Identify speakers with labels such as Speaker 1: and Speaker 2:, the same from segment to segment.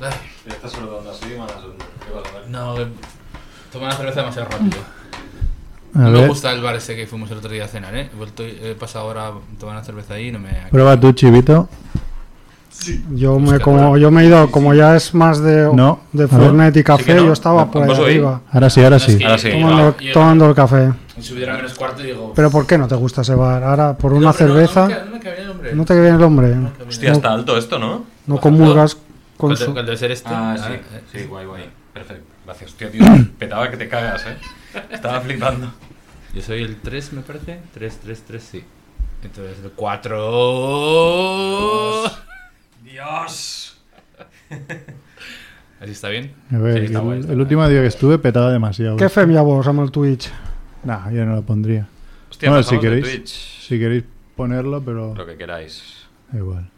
Speaker 1: Ay,
Speaker 2: Ya estás saludando así, me van a sorprender. ¿Qué vas a hacer?
Speaker 1: no, eh, tomé una cerveza demasiado rápido.
Speaker 3: A
Speaker 1: no me
Speaker 3: ver,
Speaker 1: gusta el bar ese que fuimos el otro día a cenar, ¿eh? He, vuelto, he pasado ahora a tomar una cerveza ahí y no me...
Speaker 3: prueba tú, chivito.
Speaker 4: Yo me,
Speaker 1: Hostia,
Speaker 4: como,
Speaker 1: bueno.
Speaker 4: yo me he ido, como ya es más de,
Speaker 3: No, a
Speaker 4: de
Speaker 3: ver.
Speaker 4: Fortnite y café,
Speaker 2: no.
Speaker 4: yo estaba
Speaker 2: Va-
Speaker 4: por ahí
Speaker 2: vamos hoy.
Speaker 4: arriba,
Speaker 3: Ahora sí, ahora
Speaker 1: No, es
Speaker 3: sí.
Speaker 1: que
Speaker 2: Ahora sí.
Speaker 1: tomando-
Speaker 4: tomando, tomando el café.
Speaker 1: Y subiera a menos cuarto y digo...
Speaker 4: ¿Pero por qué no te gusta ese bar? Ahora, por una
Speaker 1: No, pero no,
Speaker 4: cerveza,
Speaker 1: No, me ca- no me cabía el nombre.
Speaker 4: ¿no te viene el hombre?
Speaker 2: Hostia, está alto esto, ¿no?
Speaker 4: No comulgas con
Speaker 1: ¿Cuál de-
Speaker 4: su...
Speaker 1: cuál debe ser este?
Speaker 2: Ah,
Speaker 1: eh,
Speaker 2: sí.
Speaker 1: eh,
Speaker 2: Sí, guay, guay. Perfecto. Gracias. Hostia, tío, petaba que te cagas, ¿eh? Estaba flipando.
Speaker 1: Yo soy el 3, me parece. 3, 3, 3, sí. Entonces, el 4.
Speaker 2: Dios.
Speaker 1: ¿Así está bien?
Speaker 3: A ver,
Speaker 1: Sí, está
Speaker 3: el,
Speaker 1: guay, está
Speaker 3: el
Speaker 1: guay.
Speaker 3: último día que estuve petaba demasiado.
Speaker 4: ¿Qué femia vos, amo el Twitch?
Speaker 3: Nah, yo no lo pondría.
Speaker 2: Hostia,
Speaker 3: Bueno,
Speaker 2: bueno,
Speaker 3: si queréis.
Speaker 2: Twitch.
Speaker 3: Si queréis ponerlo, pero
Speaker 2: Lo que queráis.
Speaker 3: da igual.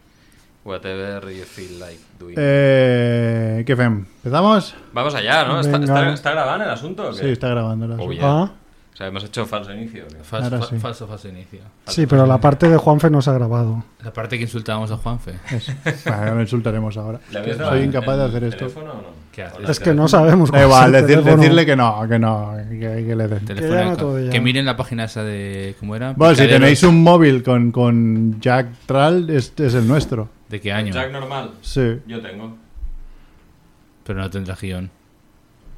Speaker 2: Whatever you feel like doing.
Speaker 3: Eh, ¿Qué fem? ¿Empezamos?
Speaker 2: Vamos allá, ¿no? ¿Está,
Speaker 4: venga.
Speaker 2: está, está grabando el asunto? o qué?
Speaker 3: Sí, está grabando. la-
Speaker 2: Uy. Ya.
Speaker 4: ¿Ah?
Speaker 2: O sea, hemos hecho falso inicio. ¿o qué?
Speaker 1: Falso,
Speaker 3: Ahora
Speaker 1: fa-
Speaker 3: sí.
Speaker 1: falso, falso inicio.
Speaker 4: Sí, pero la parte de Juanfe no se ha grabado.
Speaker 1: La parte que insultábamos a Juanfe.
Speaker 3: Eso. Bueno, lo insultaremos ahora.
Speaker 2: ¿Le habéis dado
Speaker 3: Soy
Speaker 2: el-
Speaker 3: incapaz de
Speaker 2: el
Speaker 3: hacer esto.
Speaker 2: teléfono o no?
Speaker 1: ¿Qué haces?
Speaker 2: Hola,
Speaker 4: Es que no sabemos
Speaker 3: Da
Speaker 4: cuál
Speaker 3: igual,
Speaker 4: es el
Speaker 3: decir-
Speaker 4: teléfono.
Speaker 3: decirle que no, que no, que, que le den.
Speaker 1: Teléfono
Speaker 4: ya no
Speaker 1: de co-
Speaker 4: todo ya.
Speaker 1: que miren la página esa de. ¿Cómo era?
Speaker 3: Bueno, si
Speaker 1: Picaderos.
Speaker 3: tenéis un móvil con, con Jack Tral, este es el nuestro.
Speaker 1: ¿De qué año?
Speaker 2: Jack normal.
Speaker 3: Sí.
Speaker 2: Yo tengo.
Speaker 1: Pero no tendrá guión.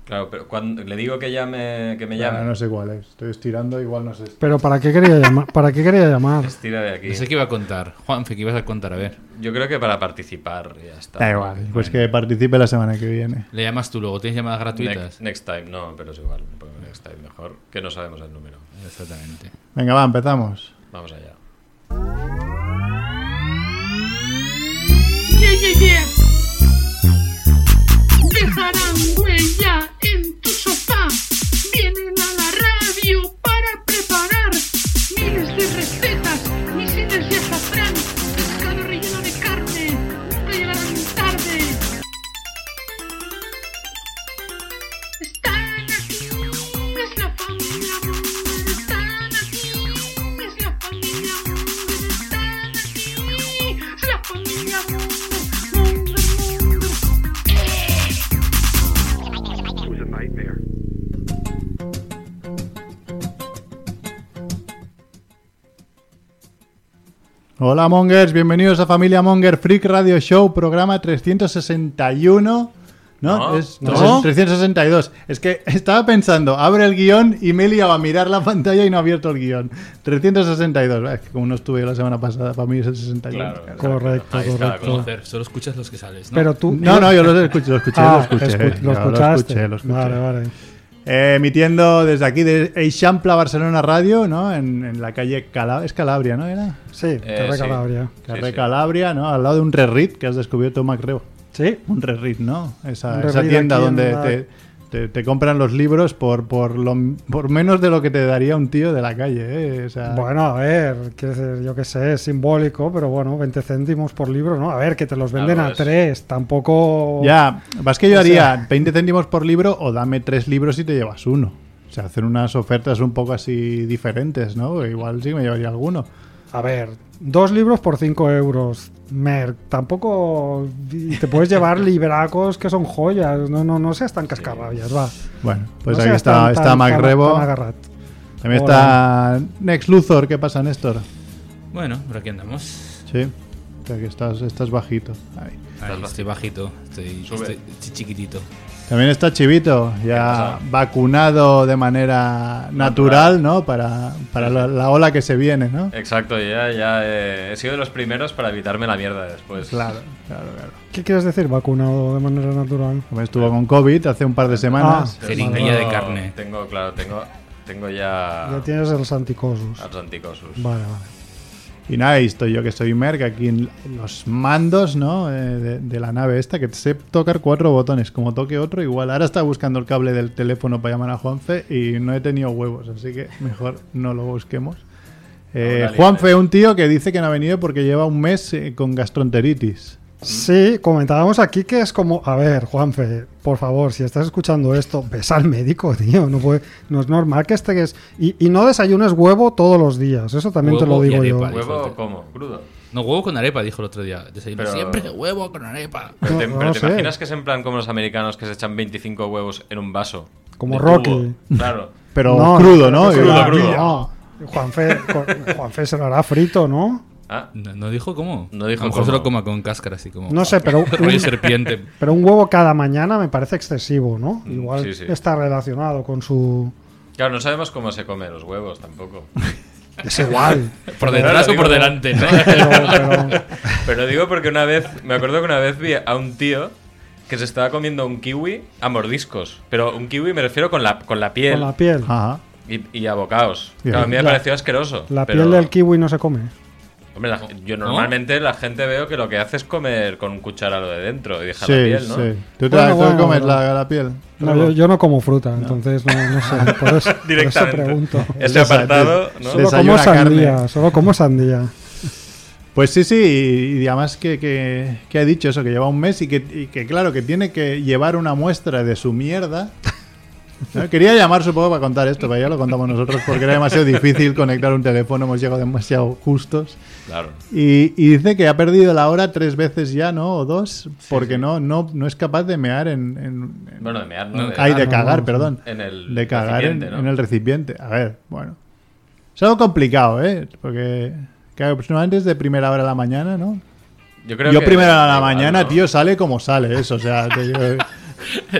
Speaker 2: Claro, pero cuando le digo que llame, que me llame,
Speaker 3: Ah, no sé cuál es. Estoy estirando, igual no sé.
Speaker 4: Pero ¿para qué quería llamar? ¿Para qué quería llamar?
Speaker 2: estira de aquí.
Speaker 1: No sé qué iba a contar. Juanfe, ¿qué ibas a contar? A ver.
Speaker 2: Yo creo que para participar ya está.
Speaker 3: Da igual, pues
Speaker 1: Bueno.
Speaker 3: que participe la semana que viene.
Speaker 1: Le llamas tú luego. ¿Tienes llamadas
Speaker 2: Next,
Speaker 1: gratuitas?
Speaker 2: next time, no, pero es igual. le pongo Next time mejor, que no sabemos el número.
Speaker 1: Exactamente.
Speaker 3: Venga, va, empezamos.
Speaker 2: Vamos allá.
Speaker 5: Yeah, yeah, yeah. Dejarán huella en tu sofá. Vienen a la radio para preparar miles de recetas, misiles de azafrán, pescado relleno de carne. Nunca llegarán tarde. Están aquí, es la familia Munger. Están aquí, es la familia Munger. Están aquí, es la familia Munger. Munger, Munger.
Speaker 3: Hola Mongers, bienvenidos a Familia Monger Freak Radio Show, programa 361. No,
Speaker 2: No,
Speaker 3: es
Speaker 4: no.
Speaker 3: tres- 362. Es que estaba pensando, abre el guión y me he liado a mirar la pantalla y no ha abierto el guión. 362, es que como no estuve la semana pasada, para mí es el 61.
Speaker 2: Claro.
Speaker 4: Correcto,
Speaker 2: Ahí está,
Speaker 4: correcto.
Speaker 2: conocer.
Speaker 1: Joder, solo escuchas los que sales, ¿no?
Speaker 4: Pero tú...
Speaker 3: No, no, yo lo escuché, lo escuché,
Speaker 4: Ah,
Speaker 3: lo escuché.
Speaker 4: escu-
Speaker 3: eh,
Speaker 4: lo
Speaker 3: yo
Speaker 4: escuchaste.
Speaker 3: escuché, lo escuché.
Speaker 4: Vale, vale.
Speaker 3: Eh, emitiendo desde aquí, de Eixample Barcelona Radio, ¿no? En, en la calle Calabria, es Calabria, ¿no era?
Speaker 4: Sí, te
Speaker 2: sí.
Speaker 4: recalabria.
Speaker 3: Carrer
Speaker 2: sí.
Speaker 3: Calabria, ¿no? Al lado de un Rerrit que has descubierto, Macreo.
Speaker 4: Sí.
Speaker 3: Un Rerrit, ¿no? Esa,
Speaker 4: Un
Speaker 3: esa
Speaker 4: Rerrit
Speaker 3: tienda
Speaker 4: aquí en
Speaker 3: donde
Speaker 4: la-
Speaker 3: te, te- te compran los libros por, por, lo, por menos de lo que te daría un tío de la calle, ¿eh? O sea,
Speaker 4: Bueno, a ver, quiero decir, yo qué sé, es simbólico, pero bueno, 20 céntimos por libro, ¿no? A ver, que te los venden
Speaker 2: Claro,
Speaker 4: a
Speaker 2: es-
Speaker 4: 3, tampoco...
Speaker 3: Ya, vas que yo
Speaker 4: O
Speaker 3: haría
Speaker 4: sea-
Speaker 3: 20 céntimos por libro o dame tres libros y te llevas uno. O sea, hacer unas ofertas un poco así diferentes, ¿no? Porque Igual sí me llevaría alguno.
Speaker 4: A ver, dos libros por 5 euros, Merck, tampoco... y Te puedes llevar libracos que son joyas, no, no, no seas tan cascarrabias, va.
Speaker 3: Bueno, pues
Speaker 4: No
Speaker 3: aquí
Speaker 4: seas
Speaker 3: está,
Speaker 4: tan-
Speaker 3: está
Speaker 4: tan-
Speaker 3: Mac
Speaker 4: tan-
Speaker 3: Rebo.
Speaker 4: tan agarrat.
Speaker 3: También
Speaker 4: Hola.
Speaker 3: está Next Luthor. ¿Qué pasa, Néstor?
Speaker 1: Bueno, por aquí andamos.
Speaker 3: Sí. O sea, que estás, estás bajito. Ahí.
Speaker 1: Ahí, estoy bajito. Estoy,
Speaker 2: Sube.
Speaker 1: estoy chiquitito.
Speaker 3: También está Chivito, ya
Speaker 2: pasa?
Speaker 3: vacunado de manera natural, ¿no? Para, para la, la ola que se viene, ¿no?
Speaker 2: Exacto, ya, ya eh, he sido de los primeros para evitarme la mierda después.
Speaker 3: Claro, claro, claro.
Speaker 4: ¿Qué quieres decir, vacunado de manera natural?
Speaker 3: También estuvo con COVID hace un par de semanas.
Speaker 4: Ah.
Speaker 1: Jeringuilla de carne.
Speaker 2: Tengo, claro, tengo, tengo ya,
Speaker 4: Ya tienes los anticosos.
Speaker 2: los anticosus.
Speaker 4: Vale, vale.
Speaker 3: Y nada, y estoy yo que soy Merck aquí en los mandos, ¿no? Eh, de, de la nave esta, que sé tocar cuatro botones. Como toque otro, igual. Ahora está buscando el cable del teléfono para llamar a Juanfe y no he tenido huevos, así que mejor no lo busquemos. Eh,
Speaker 2: Ahora
Speaker 3: Juanfe, un tío que dice que no ha venido porque lleva un mes eh, con gastroenteritis.
Speaker 4: Sí, comentábamos aquí que es como, a ver, Juanfe, por favor, si estás escuchando esto, ves al médico, tío, no puede, no es normal que estés y, y no desayunes huevo todos los días, eso también te lo
Speaker 1: Huevo y
Speaker 4: digo yo.
Speaker 2: ¿eh?
Speaker 1: arepa.
Speaker 2: ¿Huevo cómo? ¿Crudo?
Speaker 1: No, huevo con arepa, dijo el otro día. Desayuno
Speaker 2: Pero-
Speaker 1: siempre huevo con arepa.
Speaker 2: Pero te,
Speaker 4: No,
Speaker 2: pero
Speaker 4: no
Speaker 2: te
Speaker 4: sé.
Speaker 2: imaginas que es en plan como los americanos que se echan 25 huevos en un vaso.
Speaker 4: Como
Speaker 2: De
Speaker 4: Rocky.
Speaker 2: tubo. Claro.
Speaker 3: Pero crudo, ¿no?
Speaker 2: crudo,
Speaker 3: Igual.
Speaker 2: crudo.
Speaker 4: Juanfe, Ju- Juanfe se lo hará frito, ¿no?
Speaker 2: Ah,
Speaker 1: No, no dijo cómo.
Speaker 2: No dijo
Speaker 1: A lo mejor se
Speaker 2: cómo.
Speaker 1: lo coma con cáscara, así como.
Speaker 4: No sé, pero un,
Speaker 1: Rollo serpiente.
Speaker 4: pero un huevo cada mañana me parece excesivo, ¿no? Igual
Speaker 2: Mm, sí, sí.
Speaker 4: está relacionado con su...
Speaker 2: claro, no sabemos cómo se comen los huevos tampoco.
Speaker 4: Es igual.
Speaker 1: Por detrás o
Speaker 2: digo,
Speaker 1: por delante, ¿no?
Speaker 4: Pero, pero-
Speaker 2: Pero digo porque una vez, me acuerdo que una vez vi a un tío que se estaba comiendo un kiwi a mordiscos. Pero un kiwi me refiero con la, con la piel
Speaker 4: con la piel.
Speaker 2: Ah.
Speaker 3: Ajá.
Speaker 2: Y, y a bocados.
Speaker 3: Bien.
Speaker 2: Claro, a mí me
Speaker 4: La-
Speaker 2: pareció asqueroso.
Speaker 4: La
Speaker 2: pero-
Speaker 4: piel del kiwi no se come.
Speaker 2: Hombre, la- yo
Speaker 1: ¿No?
Speaker 2: normalmente la gente veo que lo que hace es comer con un cucharado de dentro y dejar
Speaker 3: Sí,
Speaker 2: la piel, ¿no?
Speaker 3: sí. ¿Tú te,
Speaker 4: Bueno,
Speaker 3: tú
Speaker 4: bueno,
Speaker 3: comes
Speaker 4: bueno.
Speaker 3: la, la piel?
Speaker 4: No, yo, yo no como fruta, entonces no, no sé. Por eso, por eso
Speaker 2: Directamente.
Speaker 4: pregunto.
Speaker 2: Este
Speaker 3: Desa-
Speaker 2: apartado,
Speaker 3: des-
Speaker 2: ¿no?
Speaker 4: Solo como
Speaker 3: Desayuna carne.
Speaker 4: sandía, solo como sandía.
Speaker 3: Pues sí, sí, y, y además que, que- que ha dicho eso, que lleva un mes y que, y que, claro, que tiene que llevar una muestra de su mierda. ¿No? Quería llamar, supongo, para contar esto, pero ya lo contamos nosotros porque era demasiado difícil conectar un teléfono, hemos llegado demasiado justos.
Speaker 2: Claro.
Speaker 3: Y, y dice que ha perdido la hora tres veces ya, ¿no? O dos, porque No, no, no es capaz de mear en... en- en-
Speaker 2: Bueno, de mear, ¿no?
Speaker 1: No,
Speaker 2: De-
Speaker 3: ay, de
Speaker 4: no,
Speaker 3: cagar,
Speaker 4: no.
Speaker 3: perdón.
Speaker 2: en el
Speaker 3: de cagar en,
Speaker 2: recipiente, ¿no?
Speaker 3: en el recipiente. A ver, bueno. Es algo complicado, ¿eh? Porque, claro, pues normalmente es de primera hora de la mañana, ¿no?
Speaker 2: Yo creo
Speaker 3: Yo
Speaker 2: que-
Speaker 3: primera hora de la
Speaker 2: igual,
Speaker 3: mañana,
Speaker 2: ¿no?
Speaker 3: tío, sale como sale eso. O sea, te digo... eh.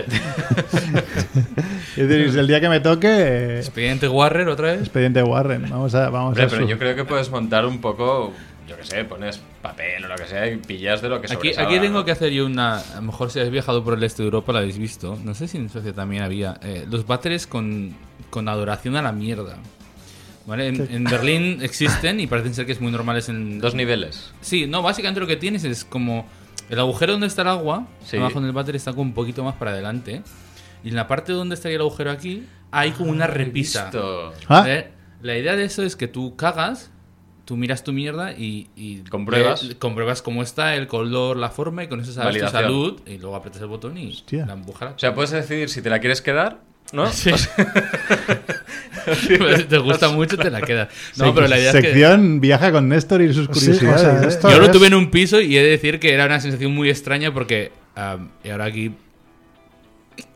Speaker 3: Es decir, el día que me toque, eh,
Speaker 1: Expediente Warrior otra vez.
Speaker 3: expediente Warren. Vamos a, vamos
Speaker 2: Hombre,
Speaker 3: a
Speaker 2: pero
Speaker 3: su-
Speaker 2: yo creo que puedes montar un poco, yo qué sé, pones papel o lo que sea y pillas de lo que
Speaker 1: Aquí,
Speaker 2: sobresalga,
Speaker 1: aquí tengo
Speaker 2: ¿no?
Speaker 1: que hacer yo una. A lo mejor si habéis viajado por el este de Europa lo habéis visto. No sé si en Suecia también había. eh, los váteres con, con adoración a la mierda. ¿Vale? En, en Berlín existen y parecen ser que es muy normales en.
Speaker 2: Dos niveles.
Speaker 1: Sí, no, básicamente lo que tienes es como. El agujero donde está el agua,
Speaker 2: Sí.
Speaker 1: abajo en el váter está como un poquito más para adelante. Y en la parte donde estaría el agujero aquí, hay como
Speaker 2: Ah,
Speaker 1: una repisa.
Speaker 2: Listo.
Speaker 3: Ah,
Speaker 1: Eh, La idea de eso es que tú cagas, tú miras tu mierda y, y
Speaker 2: Compruebas.
Speaker 1: ve- compruebas cómo está el color, la forma y con eso sabes
Speaker 2: Validación.
Speaker 1: tu salud y luego aprietas el botón y
Speaker 3: Hostia.
Speaker 1: la empujas.
Speaker 2: O sea, puedes decidir si te la quieres quedar, ¿no?
Speaker 1: Sí. si te gusta mucho te la quedas. No,
Speaker 3: sec-
Speaker 1: pero la idea es que
Speaker 3: sección viaja con Néstor y sus
Speaker 4: Sí, o sea,
Speaker 3: curiosidades. ¿eh?
Speaker 4: esto-
Speaker 1: yo lo
Speaker 4: es-
Speaker 1: tuve en un piso y he de decir que era una sensación muy extraña porque am, y ahora aquí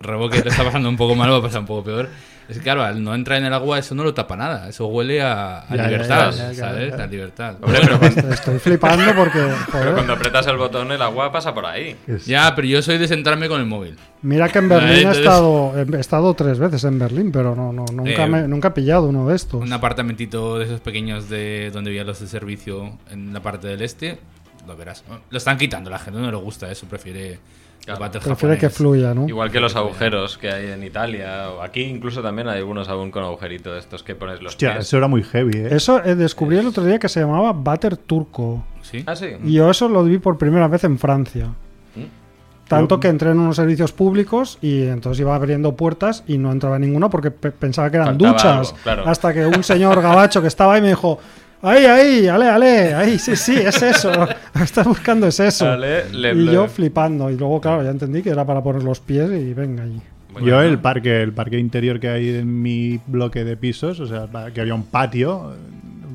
Speaker 1: Rebo que te está pasando un poco mal va a pasar un poco peor. Es que claro, al no entrar en el agua eso no lo tapa nada, eso huele a, a
Speaker 3: Ya, ya,
Speaker 1: libertad,
Speaker 3: ya, ya, ya,
Speaker 1: ¿sabes?
Speaker 3: ya.
Speaker 1: A libertad.
Speaker 2: Hombre, pero cuando,
Speaker 4: Estoy flipando porque,
Speaker 2: pero
Speaker 4: joder,
Speaker 2: cuando apretas el botón el agua pasa por ahí.
Speaker 3: Es-
Speaker 1: Ya, pero yo soy de sentarme con el móvil.
Speaker 4: mira que en
Speaker 1: Ah,
Speaker 4: Berlín he
Speaker 1: entonces-
Speaker 4: estado, he estado tres veces en Berlín, pero no, no, nunca,
Speaker 1: Eh,
Speaker 4: me- nunca he pillado uno de estos.
Speaker 1: Un apartamentito de esos pequeños de donde vivían los de servicio en la parte del este, lo verás. Lo están quitando, la gente no le gusta eso, prefiere
Speaker 2: Claro.
Speaker 1: el váter
Speaker 4: Prefiere que
Speaker 1: japonés.
Speaker 4: fluya, ¿no?
Speaker 2: Igual que los agujeros que hay en Italia. o Aquí incluso también hay algunos aún con agujeritos de estos que pones los
Speaker 3: Hostia,
Speaker 2: pies.
Speaker 3: eso era muy heavy, ¿eh?
Speaker 4: Eso eh, descubrí el otro día que se llamaba Butter Turco.
Speaker 1: Sí.
Speaker 2: Ah, sí.
Speaker 4: Y yo eso lo vi por primera vez en Francia.
Speaker 2: Mm.
Speaker 4: Tanto que entré en unos servicios públicos y entonces iba abriendo puertas y no entraba ninguna porque pe- pensaba que eran
Speaker 2: Faltaba
Speaker 4: duchas.
Speaker 2: algo, claro.
Speaker 4: Hasta que un señor gabacho que estaba ahí me dijo, ahí, ahí, ale, ale, ahí, sí, sí, es eso. Lo que estás buscando es eso.
Speaker 2: Ale, le-
Speaker 4: y
Speaker 2: le-
Speaker 4: yo flipando. Y luego, claro, ya entendí que era para poner los pies y venga ahí.
Speaker 2: Bueno,
Speaker 3: Yo
Speaker 2: ¿no?
Speaker 3: el parque, el parque interior que hay en mi bloque de pisos, o sea, pa- que había un patio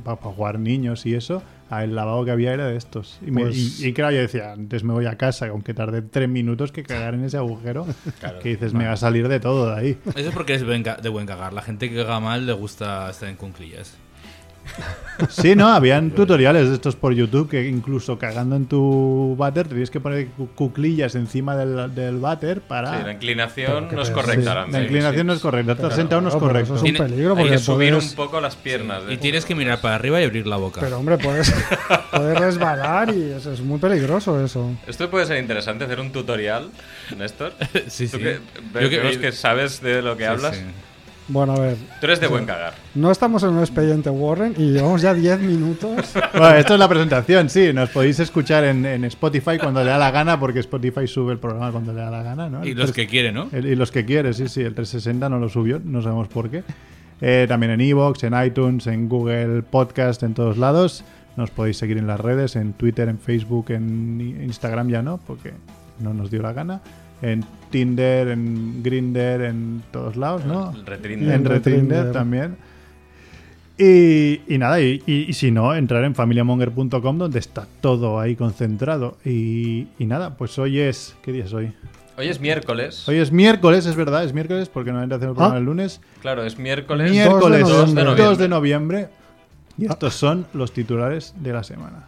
Speaker 3: para jugar niños y eso, ah, el lavabo que había era de estos. Y, me-
Speaker 4: Pues-
Speaker 3: y- y claro, yo decía, antes me voy a casa, aunque tardé tres minutos que cagar en ese agujero, que dices, me va a salir de todo de ahí.
Speaker 1: Eso es porque es buen ca- de buen cagar. La gente que caga mal le gusta estar en cunclillas.
Speaker 3: Sí, ¿no? Habían tutoriales de estos por YouTube que incluso cagando en tu váter tenías que poner cu- cuclillas encima del, del váter para...
Speaker 2: Sí, la inclinación no es
Speaker 4: sí,
Speaker 2: correcta.
Speaker 3: Ah, Sí,
Speaker 2: ahora
Speaker 3: la
Speaker 2: mismo.
Speaker 3: inclinación no es correcta, estar sentado no es
Speaker 4: Claro, pero
Speaker 3: correcto.
Speaker 4: Eso es un
Speaker 1: Tiene-
Speaker 4: peligro
Speaker 2: Hay
Speaker 4: porque
Speaker 2: que subir
Speaker 4: puedes-
Speaker 2: un poco las piernas. de-
Speaker 1: Y tienes que mirar para arriba y abrir la boca.
Speaker 4: Pero hombre, puedes, puedes resbalar y eso es muy peligroso eso.
Speaker 2: Esto puede ser interesante, hacer un tutorial, Néstor.
Speaker 1: Sí,
Speaker 2: Tú
Speaker 1: sí.
Speaker 2: que,
Speaker 1: Yo que-
Speaker 2: vemos que sabes de lo que
Speaker 1: Sí,
Speaker 2: hablas.
Speaker 1: sí.
Speaker 4: Bueno, a ver,
Speaker 2: Tú eres de buen cagar.
Speaker 4: no estamos en un expediente Warren y llevamos ya 10 minutos.
Speaker 3: Bueno, esto es la presentación, sí. Nos podéis escuchar en, en Spotify cuando le da la gana, porque Spotify sube el programa cuando le da la gana, ¿no?
Speaker 1: Y
Speaker 3: El
Speaker 1: los
Speaker 3: tres-
Speaker 1: que quieren, ¿no?
Speaker 3: el- y los que quiere, sí, sí. El 360 no lo subió, no sabemos por qué. Eh, también en Evox, en iTunes, en Google Podcast, en todos lados. Nos podéis seguir en las redes, en Twitter, en Facebook, en I- Instagram ya no, porque no nos dio la gana. En Tinder, en Grinder, en todos lados, ¿no?
Speaker 2: Retrinder.
Speaker 3: En
Speaker 4: Retrinder.
Speaker 3: Retrinder también. Y, y nada, y, y- y si no, entrar en familiamonger.com donde está todo ahí concentrado. Y, y nada, pues hoy es. ¿Qué día es hoy?
Speaker 2: Hoy es miércoles.
Speaker 3: Hoy es miércoles, es verdad, es miércoles porque normalmente hacemos el programa
Speaker 4: Ah.
Speaker 3: el lunes.
Speaker 2: Claro, es miércoles.
Speaker 3: Miércoles
Speaker 2: 2 de
Speaker 3: 2 de
Speaker 2: noviembre.
Speaker 3: noviembre. Y estos son los titulares de la semana.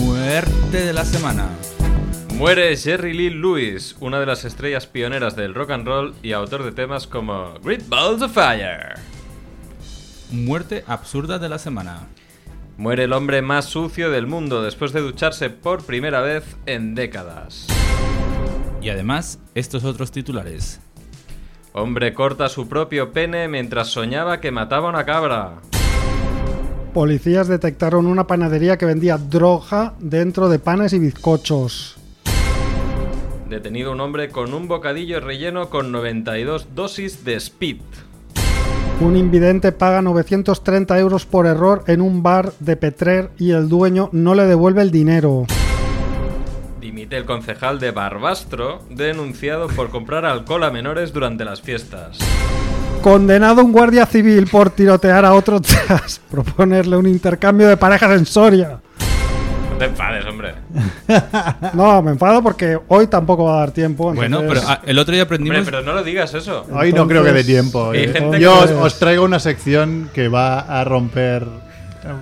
Speaker 1: Muerte de la semana.
Speaker 2: Muere Jerry Lee Lewis, una de las estrellas pioneras del rock and roll y autor de temas como Great Balls of Fire.
Speaker 1: Muerte absurda de la semana.
Speaker 2: Muere el hombre más sucio del mundo después de ducharse por primera vez en décadas.
Speaker 1: Y además, estos otros titulares.
Speaker 2: Hombre corta su propio pene mientras soñaba que mataba a una cabra.
Speaker 4: Policías detectaron una panadería que vendía droga dentro de panes y bizcochos.
Speaker 2: Detenido un hombre con un bocadillo relleno con 92 dosis de speed.
Speaker 4: Un invidente paga 930 euros por error en un bar de Petrer y el dueño no le devuelve el dinero.
Speaker 2: Dimite el concejal de Barbastro, denunciado por comprar alcohol a menores durante las fiestas.
Speaker 4: Condenado un guardia civil por tirotear a otro tras proponerle un intercambio de parejas en Soria.
Speaker 2: No te enfades, hombre.
Speaker 4: No, me enfado porque hoy tampoco va a dar tiempo.
Speaker 1: Bueno, pero
Speaker 4: entonces-
Speaker 1: ah, el otro día aprendimos.
Speaker 2: Hombre, pero no lo digas eso.
Speaker 3: Hoy no creo que dé
Speaker 4: Entonces,
Speaker 3: tiempo.
Speaker 2: hay
Speaker 3: eh.
Speaker 2: gente
Speaker 3: Yo os,
Speaker 4: que-
Speaker 3: os traigo una sección que va a romper.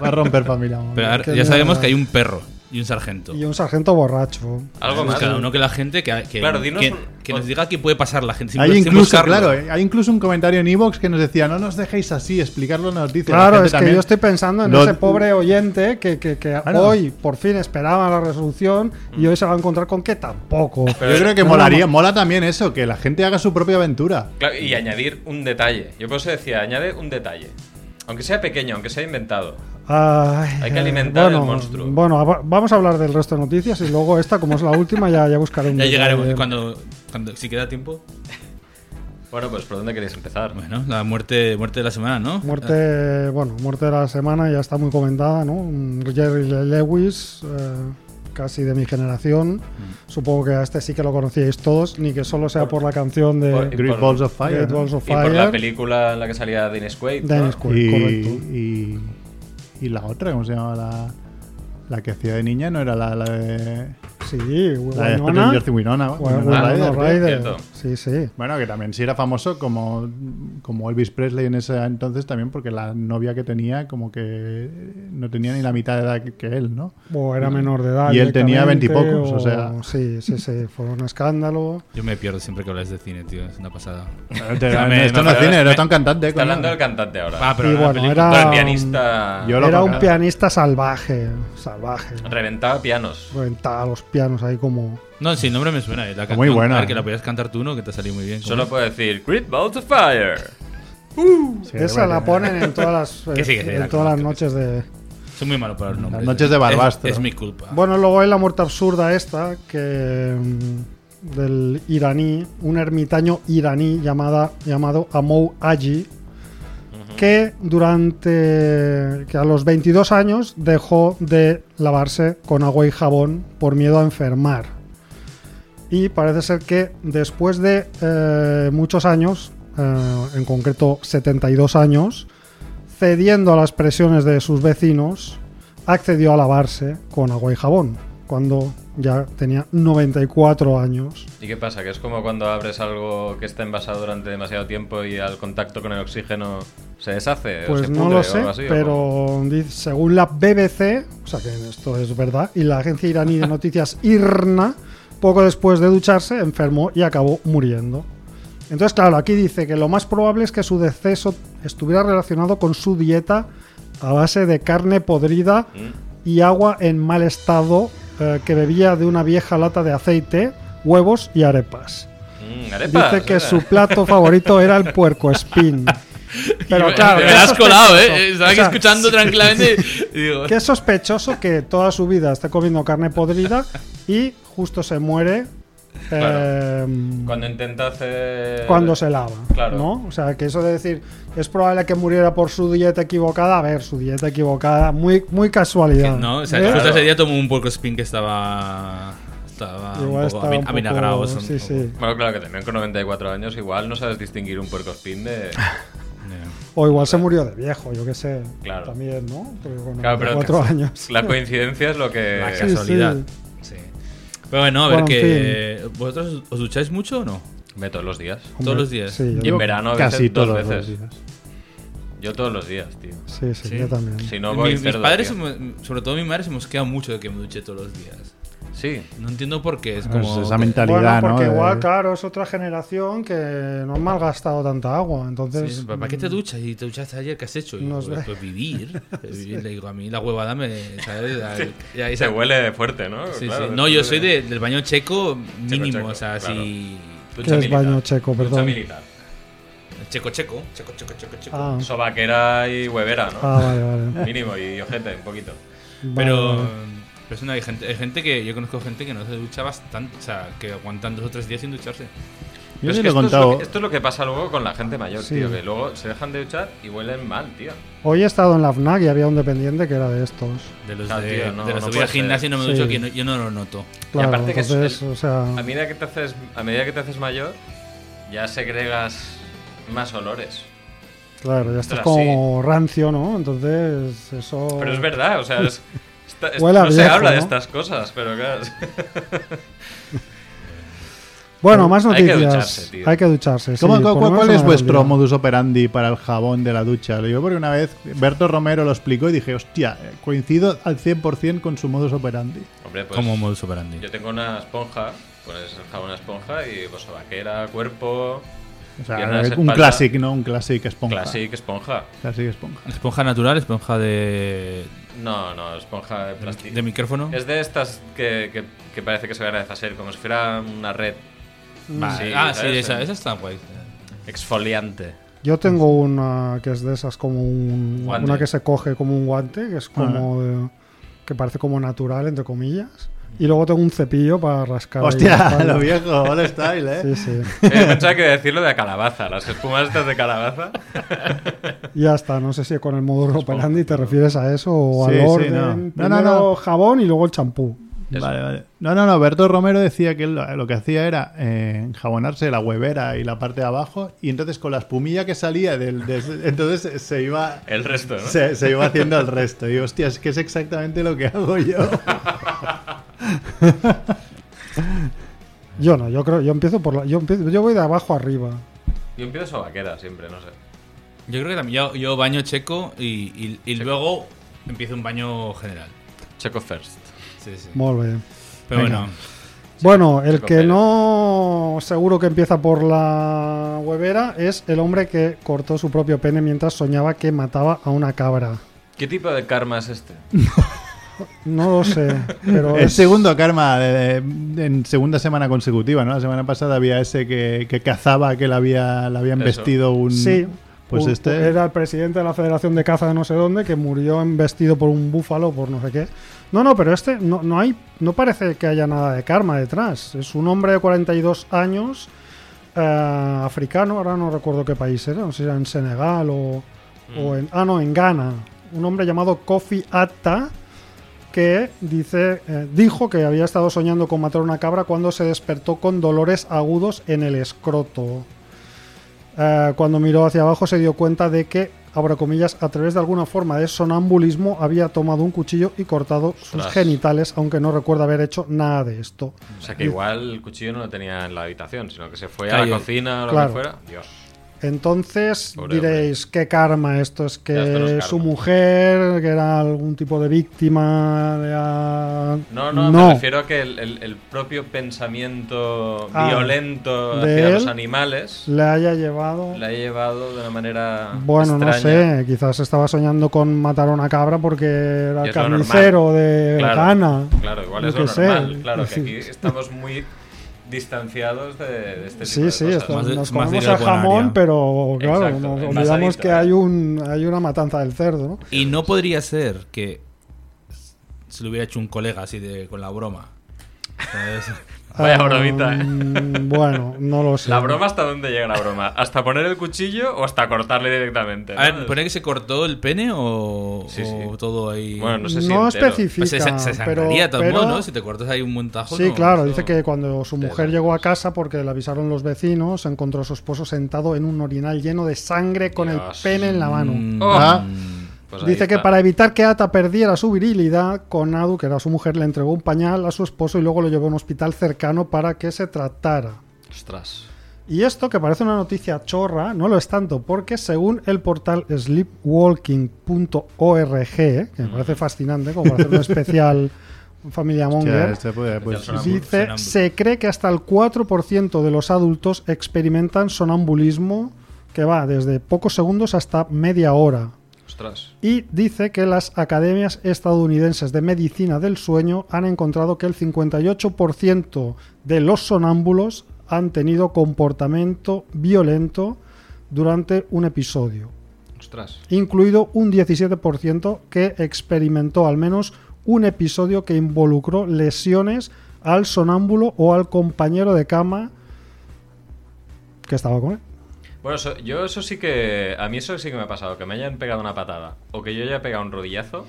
Speaker 3: Va a romper familia. Monger.
Speaker 1: Pero ahora
Speaker 4: que
Speaker 1: ya sabemos
Speaker 4: nada.
Speaker 1: que hay un perro y un sargento.
Speaker 4: Y un sargento borracho.
Speaker 2: Algo
Speaker 1: Pues
Speaker 2: más.
Speaker 1: cada uno que la gente que, que-
Speaker 2: Claro, dinos
Speaker 1: que-
Speaker 2: un-
Speaker 1: que nos diga qué puede pasar la gente. sin-
Speaker 3: Hay
Speaker 1: sin
Speaker 3: incluso,
Speaker 1: buscarlo.
Speaker 3: claro, eh, hay incluso un comentario en Evox que nos decía, no nos dejéis así, explicarlo nos dice. La
Speaker 4: Claro,
Speaker 3: gente
Speaker 4: es que
Speaker 3: también-
Speaker 4: yo estoy pensando en
Speaker 3: Lo-
Speaker 4: ese pobre oyente que, que- que
Speaker 3: Claro.
Speaker 4: hoy por fin esperaba la resolución y hoy se va a encontrar con que tampoco.
Speaker 2: Pero-
Speaker 3: yo creo que
Speaker 4: no,
Speaker 3: molaría,
Speaker 4: no.
Speaker 3: mola también eso, que la gente haga su propia aventura.
Speaker 2: Claro, y añadir un detalle. Yo por eso decía, añade un detalle. Aunque sea pequeño, aunque sea inventado.
Speaker 4: Ay,
Speaker 2: Hay que
Speaker 4: eh,
Speaker 2: alimentar el monstruo.
Speaker 4: Bueno, ab- vamos a hablar del resto de noticias y luego esta, como es la última, ya, ya buscaré un
Speaker 1: Ya llegaremos.
Speaker 3: Eh,
Speaker 4: detalle.
Speaker 1: Cuando, cuando, si queda tiempo.
Speaker 2: Bueno, pues ¿por dónde queréis empezar?
Speaker 1: Bueno, la muerte, muerte de la semana, ¿no?
Speaker 4: Muerte, bueno, muerte de la semana ya está muy comentada, ¿no? Mm, Jerry Le- Lewis, eh, casi de mi generación. Supongo que a este sí que lo conocíais todos, ni que solo sea por la canción de
Speaker 2: Por-
Speaker 3: Great
Speaker 2: por-
Speaker 3: Balls of Fire.
Speaker 4: Great
Speaker 3: ¿no?
Speaker 4: Balls of
Speaker 2: Y por la
Speaker 4: Fire.
Speaker 2: película en la que salía Dennis Quaid. ¿no?
Speaker 4: Dennis Quaid,
Speaker 3: y,
Speaker 4: correcto.
Speaker 3: y, y la otra, ¿cómo se llamaba? La, la que hacía de niña, ¿no era la, la de.
Speaker 4: Sí,
Speaker 3: La de
Speaker 4: Winona.
Speaker 3: Jordi Winona,
Speaker 4: Winona Ah,
Speaker 3: Winona Ryder, tío.
Speaker 4: Ryder.
Speaker 2: cierto.
Speaker 4: Sí, sí.
Speaker 3: Bueno, que también sí era famoso como, como Elvis Presley en ese entonces también, porque la novia que tenía como que no tenía ni la mitad de edad que él, ¿no?
Speaker 4: O era menor de edad.
Speaker 3: Y él tenía
Speaker 4: directamente,
Speaker 3: veintipocos, o sea.
Speaker 4: Sí, sí, sí. Fue un escándalo.
Speaker 1: Ah, Yo me pierdo siempre que habláis de cine, tío. Es una pasada. me-
Speaker 3: Esto
Speaker 1: me-
Speaker 3: no es cine, era
Speaker 1: me-
Speaker 3: tan cantante.
Speaker 2: Está
Speaker 3: coño.
Speaker 2: hablando del cantante ahora.
Speaker 1: Ah, pero
Speaker 4: Y
Speaker 1: la
Speaker 4: bueno,
Speaker 1: película-
Speaker 4: era-
Speaker 2: Pero el pianista
Speaker 3: Yo lo
Speaker 4: Era un
Speaker 3: tocaba.
Speaker 4: pianista salvaje. Salvaje.
Speaker 2: reventaba pianos.
Speaker 4: Reventaba los pianos ahí como.
Speaker 1: No, sí, el nombre me suena. eh, La
Speaker 3: Muy
Speaker 1: canción,
Speaker 3: buena.
Speaker 1: a ver, que la podías cantar tú, ¿no? Que te salió muy bien.
Speaker 2: Solo puedo decir Great Balls of Fire.
Speaker 3: Sí,
Speaker 4: Esa
Speaker 3: bueno.
Speaker 4: la ponen en todas las,
Speaker 1: Que sí, que sí,
Speaker 4: en
Speaker 1: la
Speaker 4: todas las
Speaker 1: conozco,
Speaker 4: noches de.
Speaker 1: Soy muy malo para los nombres.
Speaker 3: noches de
Speaker 1: Es-
Speaker 3: Barbastro.
Speaker 1: Es, mi culpa.
Speaker 4: Bueno, luego hay la muerte absurda esta, que mm, del iraní, un ermitaño iraní llamada, llamado Amou Aji, que durante que a los 22 años dejó de lavarse con agua y jabón por miedo a enfermar. Y parece ser que después de eh, muchos años, eh, en concreto 72 años, cediendo a las presiones de sus vecinos, accedió a lavarse con agua y jabón, cuando ya tenía 94 años.
Speaker 2: ¿Y qué pasa? Que es como cuando abres algo que está envasado durante demasiado tiempo y al contacto con el oxígeno se deshace. o
Speaker 4: Pues
Speaker 2: se
Speaker 4: no
Speaker 2: pudre
Speaker 4: lo
Speaker 2: o
Speaker 4: sé,
Speaker 2: algo así, ¿o cómo?
Speaker 4: pero dice- según la BBC, o sea que esto es verdad, y la agencia iraní de noticias IRNA, poco después de ducharse, enfermó y acabó muriendo. Entonces, claro, aquí dice que lo más probable es que su deceso estuviera relacionado con su dieta a base de carne podrida
Speaker 2: Mm,
Speaker 4: y agua en mal estado eh, que bebía de una vieja lata de aceite, huevos y arepas.
Speaker 2: Mm, arepas,
Speaker 4: Dice que
Speaker 2: mira.
Speaker 4: su plato favorito era el puerco espín. Pero claro,
Speaker 1: Te
Speaker 4: ¿qué
Speaker 1: me la has colado, ¿eh?
Speaker 4: sospechoso?
Speaker 1: Estaba
Speaker 4: O
Speaker 1: aquí
Speaker 4: sea,
Speaker 1: escuchando tranquilamente. y digo,
Speaker 4: Qué sospechoso que toda su vida esté comiendo carne podrida y justo se muere
Speaker 2: Claro.
Speaker 4: Em,
Speaker 2: Cuando intenta hacer.
Speaker 4: cuando se lava.
Speaker 2: Claro.
Speaker 4: ¿no? O sea, que eso de decir, es probable que muriera por su dieta equivocada. A ver, su dieta equivocada, muy, muy casualidad.
Speaker 1: No, o sea,
Speaker 4: ¿Eh?
Speaker 1: justo
Speaker 2: Claro.
Speaker 1: ese día tomó un porco spin que estaba. Estaba
Speaker 4: Igual
Speaker 1: un poco
Speaker 4: estaba
Speaker 1: avin-
Speaker 4: un poco-
Speaker 1: avinagrado. son-
Speaker 4: sí, sí.
Speaker 2: Bueno, claro que también con 94 años igual no sabes distinguir un puerco spin de.
Speaker 1: Yeah.
Speaker 4: O igual se murió de viejo, yo qué sé.
Speaker 2: Claro.
Speaker 4: También, ¿no? Porque con
Speaker 2: Claro, pero
Speaker 4: 94 años.
Speaker 2: La coincidencia es lo que.
Speaker 1: La casualidad. Sí. Pero bueno, a ver
Speaker 4: Bueno, en
Speaker 1: que. ¿Vosotros os ducháis mucho o no?
Speaker 2: Me todos los días.
Speaker 4: Hombre,
Speaker 1: Todos los días.
Speaker 4: Sí, yo-
Speaker 2: Y en verano a veces
Speaker 3: Casi
Speaker 2: dos
Speaker 3: todos
Speaker 2: veces.
Speaker 3: los días.
Speaker 2: Yo todos los días, tío.
Speaker 4: sí, sí,
Speaker 1: Sí.
Speaker 4: yo también.
Speaker 2: Si no
Speaker 1: Mi-
Speaker 2: voy
Speaker 1: mis
Speaker 2: cerdo,
Speaker 1: padres,
Speaker 2: tío.
Speaker 1: se mo- sobre todo mi madre, se mosquea mucho de que me duche todos los días.
Speaker 2: Sí.
Speaker 1: No entiendo por qué. Es
Speaker 3: Pues
Speaker 1: como.
Speaker 3: esa
Speaker 1: que-
Speaker 3: mentalidad,
Speaker 4: bueno, porque
Speaker 3: ¿no? De-
Speaker 4: igual, claro, es otra generación que no han malgastado tanta agua. Entonces,
Speaker 1: Sí, ¿Para qué te duchas? ¿Y te duchaste ayer? ¿Qué has hecho? Y
Speaker 4: No
Speaker 1: yo,
Speaker 4: sé.
Speaker 1: pues vivir. vivir. Le digo, a mí la huevada me. ¿sabes? Y ahí
Speaker 2: Y se
Speaker 1: se-
Speaker 2: huele fuerte, ¿no?
Speaker 1: Sí,
Speaker 2: Claro,
Speaker 1: sí. No, yo
Speaker 2: después
Speaker 1: soy de- del baño checo mínimo,
Speaker 2: checo,
Speaker 1: o sea,
Speaker 2: claro.
Speaker 1: si
Speaker 2: Ducha
Speaker 4: ¿Qué es
Speaker 2: militar.
Speaker 4: baño checo?
Speaker 2: Ducha
Speaker 4: Perdón.
Speaker 2: militar.
Speaker 1: Checo, checo, checo, checo, checo, checo.
Speaker 4: Ah,
Speaker 2: Sobaquera y huevera, ¿no?
Speaker 4: ah, vale, vale. Vale,
Speaker 2: Mínimo, y ojete, un poquito.
Speaker 1: Pero,
Speaker 4: vale.
Speaker 1: pero es una- hay, gente, hay gente que yo conozco gente que no se ducha bastante, o sea, que aguantan dos o tres días sin ducharse.
Speaker 3: Yo
Speaker 2: Pero es
Speaker 3: sí
Speaker 2: que
Speaker 3: lo he
Speaker 2: esto, es lo
Speaker 3: contado.
Speaker 2: que, esto es lo que pasa luego con la gente mayor,
Speaker 4: Sí.
Speaker 2: tío. Que luego se dejan de duchar y huelen mal, tío.
Speaker 4: Hoy he estado en la FNAC y había un dependiente que era de estos.
Speaker 1: De los
Speaker 2: Ah,
Speaker 1: de,
Speaker 2: tío, no,
Speaker 1: de
Speaker 2: no
Speaker 1: la subida
Speaker 2: puede
Speaker 1: al gimnasio y no me
Speaker 4: ser.
Speaker 1: ducho,
Speaker 4: Sí.
Speaker 1: que no- yo no lo noto.
Speaker 4: Claro,
Speaker 2: aparte que es
Speaker 4: entonces,
Speaker 2: el-
Speaker 4: o sea,
Speaker 2: A medida que te haces, a medida que te haces mayor, ya segregas más olores.
Speaker 4: claro, ya estás
Speaker 2: Ostras,
Speaker 4: como rancio, ¿no? Entonces, eso.
Speaker 2: Pero es verdad, o sea, es- esta- es-
Speaker 4: Oh. Huele a
Speaker 2: no se
Speaker 4: viejo,
Speaker 2: habla de
Speaker 4: ¿no?
Speaker 2: estas cosas, pero claro.
Speaker 4: Bueno, más
Speaker 2: Hay que
Speaker 4: noticias.
Speaker 2: ducharse, tío.
Speaker 4: Hay que ducharse, sí,
Speaker 3: ¿Cómo-
Speaker 4: por
Speaker 3: cu-
Speaker 4: lo
Speaker 3: ¿Cuál,
Speaker 4: menos
Speaker 3: es
Speaker 4: una
Speaker 3: vuestro
Speaker 4: realidad.
Speaker 3: modus operandi para el jabón de la ducha? Lo digo porque una vez Berto Romero lo explicó y dije, hostia, eh, coincido al 100% con su modus operandi.
Speaker 2: Hombre, pues
Speaker 1: Como modus operandi.
Speaker 2: yo tengo una esponja, pones el jabón a esponja y pues vaquera, cuerpo,
Speaker 3: O sea,
Speaker 2: Piernas,
Speaker 3: eh, un
Speaker 2: espalda.
Speaker 3: classic, ¿no? Un classic esponja.
Speaker 2: classic, esponja.
Speaker 3: Classic esponja.
Speaker 1: Esponja natural, esponja de,
Speaker 2: No, no, esponja de plástico.
Speaker 1: de micrófono.
Speaker 2: Es de estas que, que, que parece que se van a deshacer, como si fuera una red
Speaker 4: Mm.
Speaker 1: Vale.
Speaker 2: Sí,
Speaker 1: ah, sí,
Speaker 2: ¿sabes?
Speaker 1: esa, esa está guay.
Speaker 2: exfoliante.
Speaker 4: Yo tengo una que es de esas como un.
Speaker 2: Guante.
Speaker 4: Una que se coge como un guante, que es
Speaker 3: Ah.
Speaker 4: como. de- que parece como natural, entre comillas. Y luego tengo un cepillo para rascar. ahí la
Speaker 3: Hostia,
Speaker 4: espalda.
Speaker 3: lo ¿eh? viejo, old style, ¿eh?
Speaker 4: Sí, sí.
Speaker 2: Eh, pensaba que iba a decirlo de calabaza, las espumas estas de calabaza.
Speaker 4: Ya está, no sé si con el modus operandi te refieres a eso o
Speaker 3: Sí,
Speaker 4: al
Speaker 3: sí,
Speaker 4: orden.
Speaker 3: no. No,
Speaker 4: Primero
Speaker 3: no, no.
Speaker 4: jabón y luego el champú.
Speaker 2: Eso.
Speaker 3: Vale, vale. No, no, no. Berto Romero decía que él lo, lo que hacía era eh, jabonarse la huevera y la parte de abajo y entonces con la espumilla que salía del... des- entonces se iba...
Speaker 2: El resto, ¿no?
Speaker 3: Se, se iba haciendo el resto. Y hostia, es que es exactamente lo que hago yo.
Speaker 4: Yo no, yo creo, yo empiezo por la, yo empiezo, yo voy de abajo arriba.
Speaker 2: Yo empiezo vaquera siempre, no sé.
Speaker 1: Yo creo que también. Yo, yo baño checo y, y- y luego empiezo un baño general.
Speaker 2: Checo first.
Speaker 1: Sí, sí.
Speaker 4: Muy bien.
Speaker 1: Pero
Speaker 4: Venga.
Speaker 1: bueno.
Speaker 4: Bueno, el
Speaker 2: Checo
Speaker 4: que
Speaker 2: Pérez.
Speaker 4: no seguro que empieza por la huevera es el hombre que cortó su propio pene mientras soñaba que mataba a una cabra.
Speaker 2: ¿Qué tipo de karma es este?
Speaker 4: No lo sé, pero
Speaker 3: El
Speaker 4: es-
Speaker 3: segundo karma de- de- en segunda semana consecutiva, ¿no? La semana pasada había ese que, que cazaba, que le, había, le habían
Speaker 2: Eso.
Speaker 3: vestido un...
Speaker 4: sí.
Speaker 3: Pues
Speaker 4: un-
Speaker 3: este...
Speaker 4: Era el presidente de la Federación de Caza de no sé dónde que murió embestido por un búfalo por no sé qué. No, no, pero este no, no hay no parece que haya nada de karma detrás. Es un hombre de 42 años eh, africano, ahora no recuerdo qué país era, no sé si era en Senegal o, o en ah no, en Ghana. Un hombre llamado Kofi Atta que dice eh, dijo que había estado soñando con matar una cabra cuando se despertó con dolores agudos en el escroto. Eh, cuando miró hacia abajo se dio cuenta de que, abro comillas, a través de alguna forma de sonambulismo había tomado un cuchillo y cortado sus
Speaker 2: Ostras.
Speaker 4: genitales, aunque no recuerda haber hecho nada de esto.
Speaker 2: O sea que igual el cuchillo no lo tenía en la habitación, sino que se fue a
Speaker 1: Claro,
Speaker 2: la
Speaker 1: yo-
Speaker 2: cocina o lo
Speaker 4: claro.
Speaker 2: que fuera. Dios.
Speaker 4: Entonces
Speaker 2: Pobre
Speaker 4: diréis, ¿qué karma esto? Es que
Speaker 2: Ya, esto no es
Speaker 4: su
Speaker 2: karma.
Speaker 4: mujer, que era algún tipo de víctima de... ah,
Speaker 2: No, no, me refiero a que el, el- el propio pensamiento
Speaker 4: Ah,
Speaker 2: violento
Speaker 4: de
Speaker 2: hacia
Speaker 4: él.
Speaker 2: los animales
Speaker 4: Le haya llevado...
Speaker 2: la ha llevado de una manera.
Speaker 4: Bueno, no
Speaker 2: extraña.
Speaker 4: sé, quizás estaba soñando con matar a una cabra porque era
Speaker 2: Y
Speaker 4: el
Speaker 2: es lo normal.
Speaker 4: carnicero de Ghana.
Speaker 2: Claro, igual
Speaker 4: Yo
Speaker 2: es lo
Speaker 4: qué sé.
Speaker 2: normal. Claro, que aquí estamos muy distanciados de, de este tipo
Speaker 4: Sí,
Speaker 2: de
Speaker 4: sí,
Speaker 2: cosas.
Speaker 4: esto-
Speaker 1: Más de-
Speaker 4: nos
Speaker 1: más
Speaker 4: comemos
Speaker 1: dinero
Speaker 4: el
Speaker 1: por área.
Speaker 4: jamón, pero claro,
Speaker 2: Exacto,
Speaker 4: nos
Speaker 2: envasadito,
Speaker 4: olvidamos que
Speaker 2: ¿eh?
Speaker 4: hay, un, hay una matanza del cerdo, ¿no?
Speaker 1: Y no podría ser que se lo hubiera hecho un colega así de con la broma. ¿Sabes?
Speaker 2: Vaya
Speaker 4: Ah,
Speaker 2: bromita, ¿eh?
Speaker 4: Bueno, no lo sé.
Speaker 2: ¿La broma hasta dónde llega la broma? ¿Hasta poner el cuchillo o hasta cortarle directamente?
Speaker 1: A
Speaker 2: no?
Speaker 1: ver, ¿pone que se cortó el pene o,
Speaker 2: Sí, sí.
Speaker 1: o todo ahí?
Speaker 2: Bueno, no sé si
Speaker 4: no
Speaker 2: entero.
Speaker 4: especifica.
Speaker 1: Pues se, se- se
Speaker 4: pero,
Speaker 1: sangraría de todos
Speaker 4: pero-
Speaker 1: modos, ¿no? Si te cortas ahí un buen tajo.
Speaker 4: Sí,
Speaker 1: no,
Speaker 4: claro,
Speaker 1: eso-
Speaker 4: dice que cuando su mujer
Speaker 1: Tela.
Speaker 4: llegó a casa porque le avisaron los vecinos, encontró a su esposo sentado en un orinal lleno de sangre con
Speaker 2: Dios.
Speaker 4: el pene en la mano.
Speaker 1: Mm,
Speaker 2: Oh.
Speaker 3: Ah.
Speaker 2: Pues ahí
Speaker 4: Dice que
Speaker 2: está.
Speaker 4: para evitar que Ata perdiera su virilidad, Conadu, que era su mujer, le entregó un pañal a su esposo y luego lo llevó a un hospital cercano para que se tratara.
Speaker 2: Ostras.
Speaker 4: Y esto, que parece una noticia chorra, no lo es tanto, porque según el portal sleepwalking.org, que me parece fascinante, como para hacer un especial Familia
Speaker 3: Hostia,
Speaker 4: Monger,
Speaker 3: este puede- pues-
Speaker 1: Sonámbulo,
Speaker 4: dice,
Speaker 1: sonámbulo.
Speaker 4: se cree que hasta el 4% de los adultos experimentan sonambulismo que va desde pocos segundos hasta media hora.
Speaker 2: Ostras.
Speaker 4: Y dice que las academias estadounidenses de medicina del sueño han encontrado que el 58% de los sonámbulos han tenido comportamiento violento durante un episodio,
Speaker 2: Ostras.
Speaker 4: incluido un 17% que experimentó al menos un episodio que involucró lesiones al sonámbulo o al compañero de cama que estaba con él.
Speaker 2: Bueno, eso- yo eso sí que. A mí eso sí que me ha pasado, que me hayan pegado una patada o que yo haya pegado un rodillazo.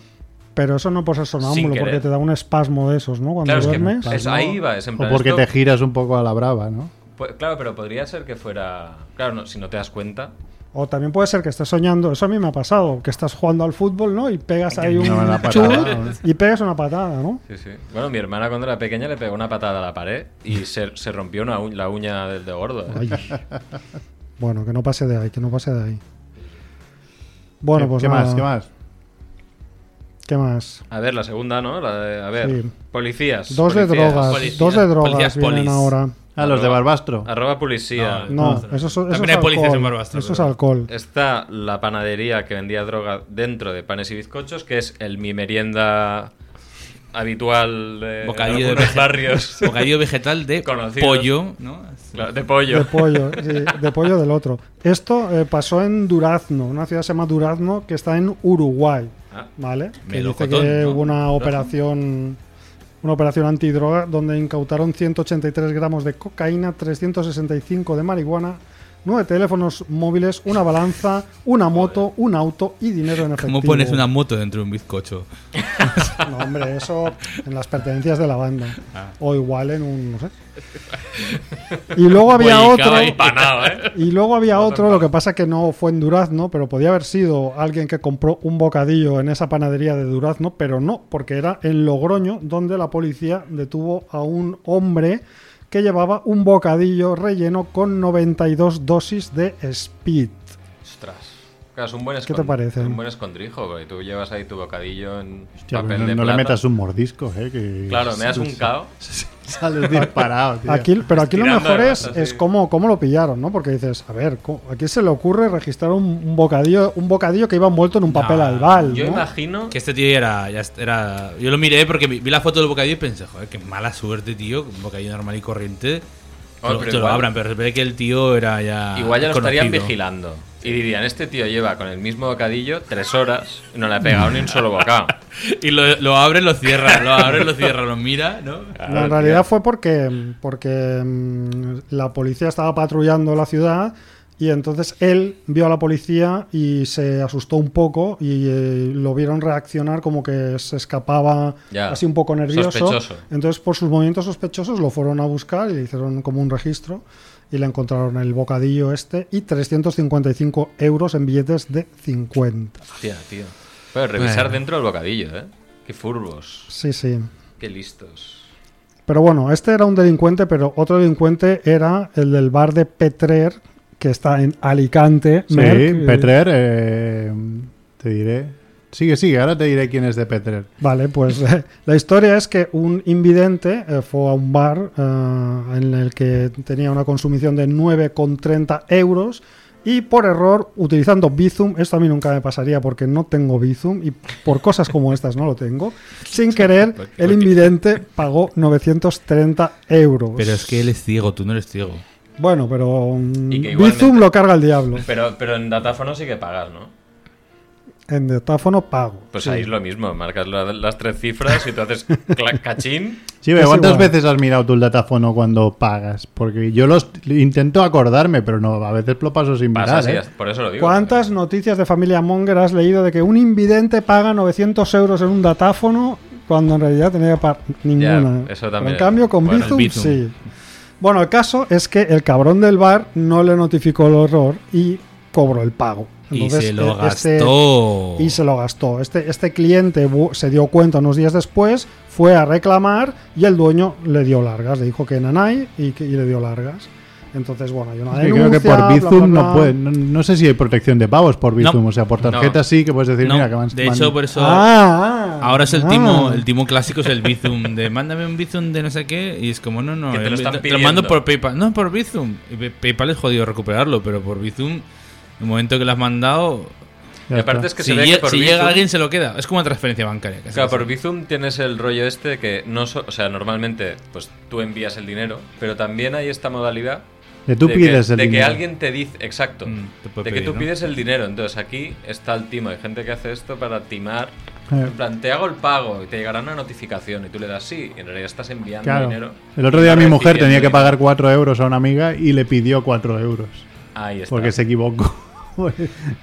Speaker 4: Pero eso no por ser sonámbulo,
Speaker 2: querer.
Speaker 4: porque te da un espasmo de esos, ¿no? Cuando
Speaker 2: claro, es
Speaker 4: duermes.
Speaker 2: que. es- ahí va, es en
Speaker 3: O
Speaker 2: plan.
Speaker 3: porque
Speaker 2: esto-
Speaker 3: te giras un poco a la brava, ¿no?
Speaker 2: Pues, claro, pero podría ser que fuera. Claro, no, si no te das cuenta.
Speaker 4: O también puede ser que estés soñando, eso a mí me ha pasado, que estás jugando al fútbol, ¿no? Y pegas ahí un
Speaker 3: No, la
Speaker 4: chut
Speaker 3: patada, ¿no?
Speaker 4: y pegas una patada, ¿no?
Speaker 2: Sí, sí. Bueno, mi hermana cuando era pequeña le pegó una patada a la pared y se, se rompió una u- la uña del de gordo. ¿eh?
Speaker 4: Ay. Bueno, que no pase de ahí, que no pase de ahí. Bueno,
Speaker 3: ¿Qué-
Speaker 4: pues
Speaker 3: ¿Qué
Speaker 4: nada.
Speaker 3: más? ¿Qué más?
Speaker 4: ¿Qué más?
Speaker 2: A ver, la segunda, ¿no? La de- a ver.
Speaker 4: Sí.
Speaker 2: Policías.
Speaker 4: Dos de
Speaker 2: policías.
Speaker 4: drogas,
Speaker 1: policías,
Speaker 4: dos de
Speaker 1: policías,
Speaker 4: drogas vienen
Speaker 1: polis.
Speaker 4: ahora.
Speaker 3: Ah, los de Barbastro.
Speaker 2: Arroba policía.
Speaker 1: No,
Speaker 4: No,
Speaker 1: Ah,
Speaker 4: eso, es- eso
Speaker 1: también
Speaker 4: es
Speaker 1: hay policías
Speaker 4: alcohol.
Speaker 1: en Barbastro,
Speaker 4: Eso es
Speaker 1: pero-
Speaker 4: alcohol.
Speaker 2: Está la panadería que vendía droga dentro de panes y bizcochos, que es el mi merienda habitual de
Speaker 1: Bocadillo de
Speaker 2: algunos
Speaker 1: vege-
Speaker 2: barrios.
Speaker 1: Bocadillo vegetal de
Speaker 2: Conocidos.
Speaker 1: pollo, ¿no? Así.
Speaker 2: Claro, de pollo.
Speaker 4: De pollo, sí, de pollo del otro. Esto eh, pasó en Durazno, una ciudad que se llama Durazno, que está en Uruguay.
Speaker 2: Ah,
Speaker 4: ¿Vale? Que dice
Speaker 1: Melocotón,
Speaker 4: que
Speaker 1: ¿no?
Speaker 4: hubo una
Speaker 1: Melocotón.
Speaker 4: operación una operación antidroga donde incautaron 183 gramos de cocaína, 365 de marihuana, nueve teléfonos móviles, una balanza, una moto, un auto y dinero en efectivo.
Speaker 1: ¿Cómo pones una moto dentro de un bizcocho?
Speaker 4: No, hombre, eso en las pertenencias de la banda. O igual en un, no sé. Y luego había
Speaker 1: Bollicao
Speaker 4: otro...
Speaker 1: ahí,
Speaker 2: empanado, ¿eh?
Speaker 4: Y luego había otro, lo que pasa que no fue en Durazno, pero podía haber sido alguien que compró un bocadillo en esa panadería de Durazno, pero no, porque era en Logroño donde la policía detuvo a un hombre que llevaba un bocadillo relleno con 92 dosis de speed.
Speaker 2: Ostras. Claro, es un buen
Speaker 4: ¿Qué te
Speaker 2: escon-
Speaker 4: parece?
Speaker 2: Un buen escondrijo, porque tú llevas ahí tu bocadillo en
Speaker 4: pues
Speaker 3: Hostia,
Speaker 2: papel
Speaker 3: no
Speaker 2: de
Speaker 3: no le
Speaker 2: plata.
Speaker 3: metas un mordisco, ¿eh? Que
Speaker 2: Claro, me das un cao.
Speaker 3: Sales disparado, tío.
Speaker 4: Aquí, pero aquí lo
Speaker 2: Estirando
Speaker 4: mejor
Speaker 2: el
Speaker 4: es,
Speaker 2: brazo,
Speaker 4: es
Speaker 2: sí.
Speaker 4: cómo, cómo lo pillaron, ¿no? Porque dices, a ver, ¿cómo- ¿a quién se le ocurre registrar un, un bocadillo un bocadillo que iba envuelto en un papel
Speaker 1: Nah,
Speaker 4: albal?
Speaker 2: Yo
Speaker 4: ¿no?
Speaker 2: imagino
Speaker 1: Que este tío era, ya est- era. Yo lo miré porque vi vi la foto del bocadillo y pensé, joder, qué mala suerte, tío. Un bocadillo normal y corriente.
Speaker 2: Oh,
Speaker 1: Pero
Speaker 2: pero
Speaker 1: te lo
Speaker 2: igual-
Speaker 1: abran, pero se ve que el tío era ya.
Speaker 2: Igual ya lo estarían
Speaker 1: Ah, conocido.
Speaker 2: vigilando. Y dirían, este tío lleva con el mismo bocadillo tres horas y no le ha pegado ni un solo bocado.
Speaker 1: Y lo, lo abre, lo cierra, lo abre, lo cierra, lo mira, ¿no?
Speaker 2: Ah,
Speaker 4: No, en realidad fue porque, porque mm, la policía estaba patrullando la ciudad y entonces él vio a la policía y se asustó un poco y eh, lo vieron reaccionar como que se escapaba
Speaker 2: Ya,
Speaker 4: así un poco nervioso.
Speaker 2: sospechoso.
Speaker 4: Entonces por sus movimientos sospechosos lo fueron a buscar y le hicieron como un registro y le encontraron el bocadillo este y 355 euros en billetes de 50.
Speaker 2: Hostia, tío. Pero revisar
Speaker 1: Bueno.
Speaker 2: dentro del bocadillo, ¿eh? Qué furbos.
Speaker 4: Sí, sí.
Speaker 2: Qué listos.
Speaker 4: Pero bueno, este era un delincuente, pero otro delincuente era el del bar de Petrer, que está en Alicante.
Speaker 3: Sí,
Speaker 4: Merck. Eh,
Speaker 3: Petrer, eh, te diré. Sigue, sigue, ahora te diré quién es de Petrer.
Speaker 4: Vale, pues eh, la historia es que un invidente eh, fue a un bar eh, en el que tenía una consumición de 9,30 euros y por error, utilizando Bizum, esto a mí nunca me pasaría porque no tengo Bizum y por cosas como estas no lo tengo, sin querer el invidente pagó 930 euros.
Speaker 1: Pero es que él es ciego, tú no eres ciego.
Speaker 4: Bueno, pero mm,
Speaker 2: Y que igualmente-
Speaker 4: Bizum lo carga el diablo.
Speaker 2: Pero, pero en datáfono sí que pagas, ¿no?
Speaker 4: en datáfono pago.
Speaker 2: Pues ahí es lo mismo, marcas la- las tres cifras y tú haces clac, cachín.
Speaker 3: Sí, pero
Speaker 4: Es
Speaker 3: ¿cuántas
Speaker 4: igual.
Speaker 3: veces has mirado tú el datáfono cuando pagas? Porque yo los intento acordarme, pero no, a veces lo paso sin mirar.
Speaker 2: Pasas y
Speaker 3: ¿eh?
Speaker 2: ya- por eso lo digo.
Speaker 4: ¿Cuántas noticias de familia Monger has leído de que un invidente paga 900 euros en un datáfono cuando en realidad tenía que pagar ninguna? ¿eh?
Speaker 2: eso
Speaker 4: Pero
Speaker 2: también
Speaker 4: en cambio, con
Speaker 2: es- bueno,
Speaker 1: el
Speaker 4: Bizum,
Speaker 1: Bizum.
Speaker 4: sí. Bueno, el caso es que el cabrón del bar no le notificó el error y cobró el pago.
Speaker 1: Y
Speaker 4: Entonces,
Speaker 1: se lo
Speaker 4: eh, este-
Speaker 1: gastó.
Speaker 4: y se lo gastó. Este, este cliente bu- se dio cuenta unos días después, fue a reclamar y el dueño le dio largas. Le dijo que nanay y, que- y le dio largas. Entonces, bueno, hay una
Speaker 3: Es que
Speaker 4: denuncia,
Speaker 3: creo que por
Speaker 4: bla,
Speaker 3: Bizum
Speaker 4: bla,
Speaker 3: no
Speaker 4: bla.
Speaker 3: puede. No, no sé si hay protección de pagos por Bizum.
Speaker 1: No.
Speaker 3: O sea, por tarjeta sí que puedes decir,
Speaker 1: No,
Speaker 3: mira, que van-
Speaker 1: de
Speaker 3: van-
Speaker 1: hecho, por eso
Speaker 4: Ah, ah,
Speaker 1: ahora es el
Speaker 4: ah.
Speaker 1: timo, el timo clásico es el Bizum de mándame un Bizum de no sé qué y es como no, no,
Speaker 2: Que te lo
Speaker 1: eh,
Speaker 2: están
Speaker 1: mando
Speaker 2: pidiendo.
Speaker 1: por PayPal, no por Bizum. Y Pay- PayPal es jodido recuperarlo, pero por Bizum en el momento que lo has mandado
Speaker 3: Ya
Speaker 2: Y aparte
Speaker 3: está.
Speaker 2: es que
Speaker 1: si,
Speaker 2: se ve
Speaker 1: lle-
Speaker 2: que por
Speaker 1: si
Speaker 2: Bizum-
Speaker 1: llega alguien se lo queda, es como una transferencia bancaria. casi
Speaker 2: Claro, por
Speaker 1: así.
Speaker 2: Bizum tienes el rollo este de que no, so- o sea, normalmente pues tú envías el dinero, pero también hay esta modalidad
Speaker 3: De tú
Speaker 2: de
Speaker 3: pides
Speaker 2: que,
Speaker 3: el
Speaker 2: de que
Speaker 3: dinero.
Speaker 2: alguien te dice, exacto,
Speaker 1: Mm, te puede
Speaker 2: de que
Speaker 1: pedir,
Speaker 2: tú
Speaker 1: ¿no?
Speaker 2: pides el dinero. Entonces aquí está el timo, hay gente que hace esto para timar.
Speaker 3: Eh.
Speaker 2: En plan, te hago el pago y te llegará una notificación y tú le das sí, y en realidad estás enviando
Speaker 3: Claro.
Speaker 2: dinero.
Speaker 3: El otro día
Speaker 2: Y
Speaker 3: mi
Speaker 2: no
Speaker 3: mujer tenía que
Speaker 2: recibiendo
Speaker 3: pagar 4 euros a una amiga y le pidió 4 euros.
Speaker 2: dinero. Ahí está.
Speaker 3: Porque se equivocó.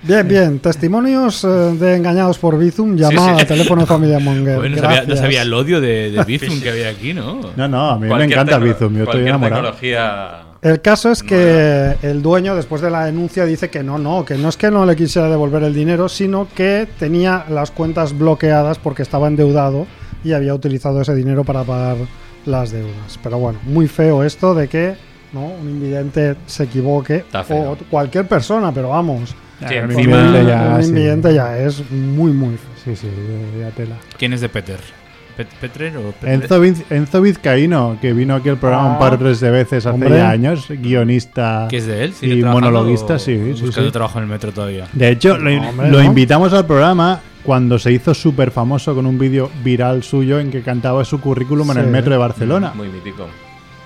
Speaker 4: Bien, bien. Testimonios eh, de engañados por Bizum, llamada
Speaker 2: sí.
Speaker 4: al teléfono de familia Monger.
Speaker 1: Joder, no, sabía, no
Speaker 4: Gracias.
Speaker 1: sabía el odio de, de Bizum que había aquí, ¿no?
Speaker 3: No, no, a mí me
Speaker 2: Cualquier
Speaker 3: encanta
Speaker 2: tecno-
Speaker 3: Bizum. Yo estoy
Speaker 2: cualquier
Speaker 3: enamorado.
Speaker 2: tecnología.
Speaker 4: El caso es que el dueño, después de la denuncia, dice que no, no, que no es que no le quisiera devolver el dinero, sino que tenía las cuentas bloqueadas porque estaba endeudado y había utilizado ese dinero para pagar las deudas. Pero bueno, muy feo esto de que ¿no? un invidente se equivoque
Speaker 2: Está feo.
Speaker 4: o cualquier persona, pero vamos,
Speaker 3: Ya,
Speaker 2: Sí,
Speaker 3: un
Speaker 2: encima-
Speaker 3: invidente
Speaker 4: un,
Speaker 3: ya,
Speaker 4: un
Speaker 3: sí.
Speaker 4: invidente ya es muy, muy feo.
Speaker 3: Sí, sí, ya tela.
Speaker 1: ¿Quién es de Peter? Pet- ¿Petrer o Petrer?
Speaker 3: Enzo, Viz- Enzo Vizcaíno, que vino aquí al programa un par o tres de veces hace
Speaker 4: Ah. hombre.
Speaker 3: ya años, guionista
Speaker 1: ¿Que es de él? ¿Sigue
Speaker 3: y
Speaker 1: trabajando
Speaker 3: monologuista,
Speaker 1: o
Speaker 3: sí, sí,
Speaker 1: Buscando
Speaker 3: sí.
Speaker 1: trabajo en el metro todavía.
Speaker 3: De hecho, lo,
Speaker 4: Hombre,
Speaker 3: lo
Speaker 4: ¿no?
Speaker 3: invitamos al programa cuando se hizo súper famoso con un vídeo viral suyo en que cantaba su currículum en
Speaker 4: Sí.
Speaker 3: el metro de Barcelona.
Speaker 2: Muy mítico.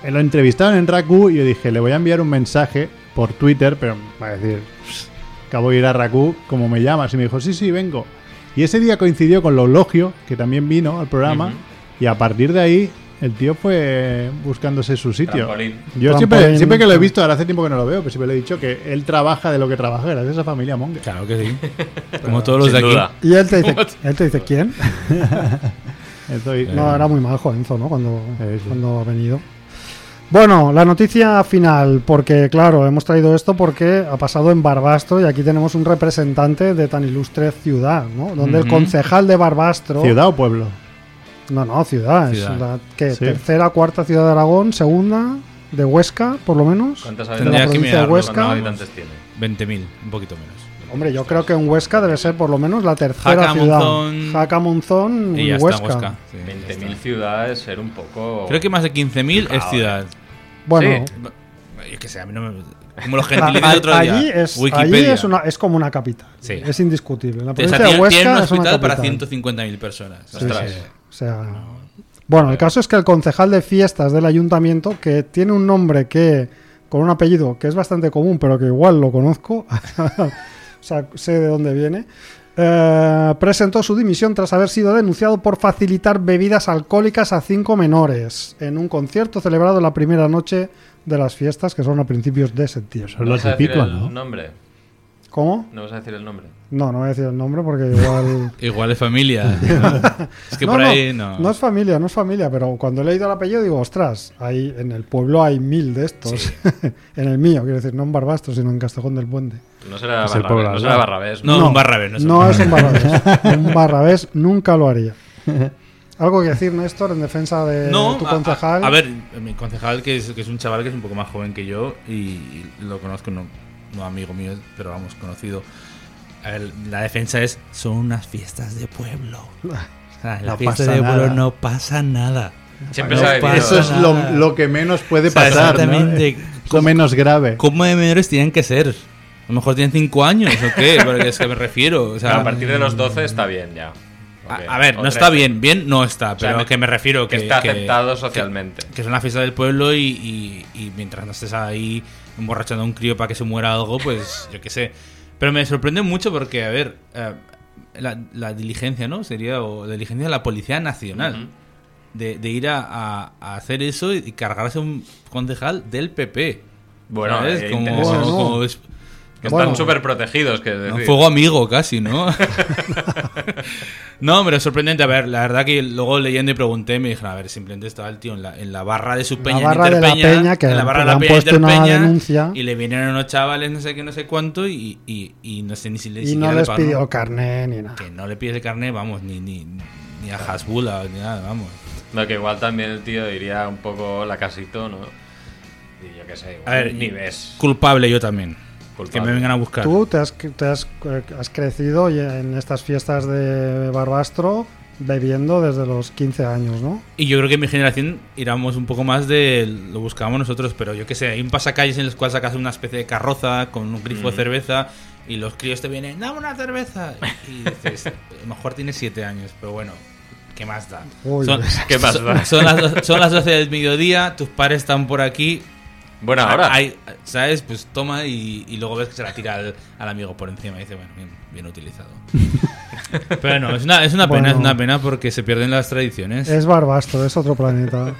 Speaker 3: Eh, Lo entrevistaron en Raku y yo dije, le voy a enviar un mensaje por Twitter, pero va a decir, "Pss, acabo de ir a Raku, ¿cómo me llamas? Y me dijo, sí, sí, vengo. Y ese día coincidió con Logio, que también vino al programa,
Speaker 2: Ujú.
Speaker 3: y a partir de ahí el tío fue buscándose su sitio.
Speaker 2: Trampolín.
Speaker 3: Yo
Speaker 4: Trampolín.
Speaker 3: siempre, siempre que lo he visto, ahora hace tiempo que no lo veo, pero siempre le he dicho que él trabaja de lo que trabaja gracias a familia Monger.
Speaker 1: Claro que sí. Como todos los
Speaker 2: Sin
Speaker 1: de aquí.
Speaker 2: duda.
Speaker 4: Y él te dice, él te dice ¿quién?
Speaker 3: Entonces,
Speaker 4: No, era muy majo Enzo, ¿no? Cuando,
Speaker 3: Eh, sí.
Speaker 4: cuando ha venido. Bueno, la noticia final, porque claro, hemos traído esto porque ha pasado en Barbastro y aquí tenemos un representante de tan ilustre ciudad, ¿no? Donde el
Speaker 1: Ujú.
Speaker 4: concejal de Barbastro...
Speaker 3: ¿Ciudad o pueblo?
Speaker 4: No, no, ciudad.
Speaker 1: Ciudad.
Speaker 4: Es la que
Speaker 3: Sí.
Speaker 4: tercera, cuarta ciudad de Aragón, segunda de Huesca, por lo menos.
Speaker 2: ¿Cuántos
Speaker 1: Tendría que
Speaker 2: habitantes,
Speaker 4: provincia de
Speaker 1: mirarlo.
Speaker 4: Huesca.
Speaker 2: cuántos
Speaker 1: ¿no?
Speaker 2: habitantes tiene?
Speaker 1: 20.000, un poquito menos.
Speaker 4: Hombre, yo creo que en Huesca debe ser por lo menos la tercera
Speaker 1: Jaca,
Speaker 4: ciudad.
Speaker 1: Monzón.
Speaker 4: Jaca, Monzón
Speaker 1: Y ya
Speaker 4: y
Speaker 1: está,
Speaker 4: Huesca.
Speaker 1: Huesca. Sí, ya está.
Speaker 2: 20.000 ciudades ser un poco.
Speaker 1: Creo que más de 15.000 es ciudad.
Speaker 4: Bueno,
Speaker 2: Sí.
Speaker 1: Yo qué sé, a mí no me. Como los
Speaker 4: A-
Speaker 1: gentilices
Speaker 4: a-
Speaker 1: del otro día.
Speaker 4: Allí es, allí
Speaker 1: Wikipedia.
Speaker 4: es, una- es como una capital.
Speaker 1: Sí.
Speaker 4: Es indiscutible. La
Speaker 1: O sea,
Speaker 4: provincia de
Speaker 1: tiene,
Speaker 4: Huesca
Speaker 1: tiene un
Speaker 4: es una
Speaker 1: hospital para
Speaker 4: capital.
Speaker 1: 150.000 personas.
Speaker 4: Sí,
Speaker 2: Ostras.
Speaker 4: sí. O sea, bueno, el caso es que el concejal de fiestas del ayuntamiento, que tiene un nombre que con un apellido que es bastante común, pero que igual lo conozco, o sea, sé de dónde viene, eh, presentó su dimisión tras haber sido denunciado por facilitar bebidas alcohólicas a cinco menores en un concierto celebrado la primera noche de las fiestas, que son a principios de septiembre.
Speaker 3: Son
Speaker 2: ¿No
Speaker 3: los
Speaker 2: vas a
Speaker 3: de
Speaker 2: decir
Speaker 3: pico,
Speaker 2: el
Speaker 3: ¿no?
Speaker 2: nombre?
Speaker 4: ¿Cómo?
Speaker 2: No vas a decir el nombre.
Speaker 4: No, no voy a decir el nombre porque igual...
Speaker 1: Igual es familia. ¿no? es que por ahí no.
Speaker 4: es familia, no es familia, pero cuando he leído el apellido digo, ostras, hay, en el pueblo hay mil de estos. en el mío, quiero decir, no en Barbastro, sino en Castejón del Puente.
Speaker 2: No será,
Speaker 3: Es el
Speaker 2: Barrabés,
Speaker 3: pueblo
Speaker 2: no
Speaker 3: al
Speaker 2: será
Speaker 3: lado.
Speaker 2: Barrabés.
Speaker 1: No, un Barrabés, no es un
Speaker 4: es un barrabés. un barrabés nunca lo haría. ¿Algo que decir, Néstor, en defensa de
Speaker 3: Eh,
Speaker 1: No,
Speaker 4: tu
Speaker 1: a-
Speaker 4: concejal?
Speaker 1: A, a ver, mi concejal, que es, que es un chaval que es un poco más joven que yo y, y lo conozco, no, no amigo mío, pero vamos, conocido. A ver, la defensa es: son unas fiestas de pueblo. O sea, en la
Speaker 3: No
Speaker 1: fiesta
Speaker 3: pasa
Speaker 1: de pueblo
Speaker 3: nada.
Speaker 1: no pasa nada.
Speaker 2: Siempre
Speaker 1: No
Speaker 2: se ha bebido.
Speaker 1: pasa
Speaker 3: Eso es lo,
Speaker 1: nada.
Speaker 3: lo que menos puede
Speaker 1: O sea,
Speaker 3: pasar. ¿no? Eh.
Speaker 1: exactamente.
Speaker 3: Es Lo menos grave.
Speaker 1: ¿Cómo de menores tienen que ser? A lo mejor tienen 5 años o qué, porque es que me refiero. O sea,
Speaker 2: a partir de los 12 está bien ya.
Speaker 1: a,
Speaker 2: Ok,
Speaker 1: a ver,
Speaker 2: o
Speaker 1: no está
Speaker 2: 13,
Speaker 1: bien, bien no está,
Speaker 2: sea,
Speaker 1: pero
Speaker 2: me-
Speaker 1: que me refiero que
Speaker 2: Que está
Speaker 1: que-
Speaker 2: aceptado
Speaker 1: que-
Speaker 2: socialmente.
Speaker 1: Que, es una fiesta del pueblo y, y- y mientras no estés ahí emborrachando a un crío para que se muera algo, pues yo qué sé. Pero me sorprende mucho porque, a ver, eh, la, la diligencia, ¿no? Sería o la diligencia de la Policía Nacional. de, de ir a, a- a hacer eso y cargarse a un concejal del PP.
Speaker 2: Bueno,
Speaker 1: ¿Sabes?
Speaker 2: eh,
Speaker 1: como,
Speaker 2: intereses.
Speaker 1: como-
Speaker 4: Bueno.
Speaker 1: como es-
Speaker 2: Que
Speaker 4: Bueno.
Speaker 2: están súper protegidos. Que
Speaker 1: un fuego amigo casi, ¿no? no, pero es sorprendente. A ver, la verdad que luego leyendo y pregunté, me dijeron, a ver, simplemente estaba el tío en la, en la barra de su
Speaker 4: La
Speaker 1: peña. en
Speaker 4: barra de la
Speaker 1: Interpeña,
Speaker 4: peña, que
Speaker 1: en la barra
Speaker 4: le
Speaker 1: de la
Speaker 4: han
Speaker 1: peña
Speaker 4: puesto una
Speaker 1: Interpeña,
Speaker 4: denuncia.
Speaker 1: Y le vinieron unos chavales, no sé qué, no sé cuánto, y, y, y no sé ni si le
Speaker 4: Y
Speaker 1: siquiera
Speaker 4: no
Speaker 1: le
Speaker 4: les
Speaker 1: pagaron.
Speaker 4: pidió carné ni nada.
Speaker 1: Que no le pides el carnet, vamos, ni, ni, ni a Hasbula, ni nada, vamos.
Speaker 2: No, que igual también el tío diría un poco la casito, ¿no? Y yo qué sé, igual
Speaker 1: A ver,
Speaker 2: ni ves.
Speaker 1: Culpable yo también.
Speaker 2: Culpable.
Speaker 1: Que me vengan a buscar.
Speaker 4: Tú te has, te has- eh, has crecido y en estas fiestas de Barbastro bebiendo desde los 15 años, ¿no?
Speaker 1: Y yo creo que mi generación iríamos un poco más de lo buscábamos nosotros, pero yo qué sé, hay un pasacalles en los cuales sacas una especie de carroza con un grifo
Speaker 2: Mm.
Speaker 1: de cerveza y los críos te vienen, dame una cerveza. Y dices, a lo mejor tienes siete años, pero bueno, ¿qué más da?
Speaker 4: Uy.
Speaker 2: ¿Qué más
Speaker 1: son-
Speaker 2: da?
Speaker 1: son las, do- son las 12 del mediodía, tus padres están por aquí.
Speaker 2: Bueno, ahora.
Speaker 1: Hay- ¿Sabes? Pues toma y, y luego ves que se la tira al, al amigo por encima y dice, bueno, bien, bien utilizado. Pero no, es una, es una pena,
Speaker 4: Bueno.
Speaker 1: es una pena porque se pierden las tradiciones.
Speaker 4: Es Barbastro, es otro planeta.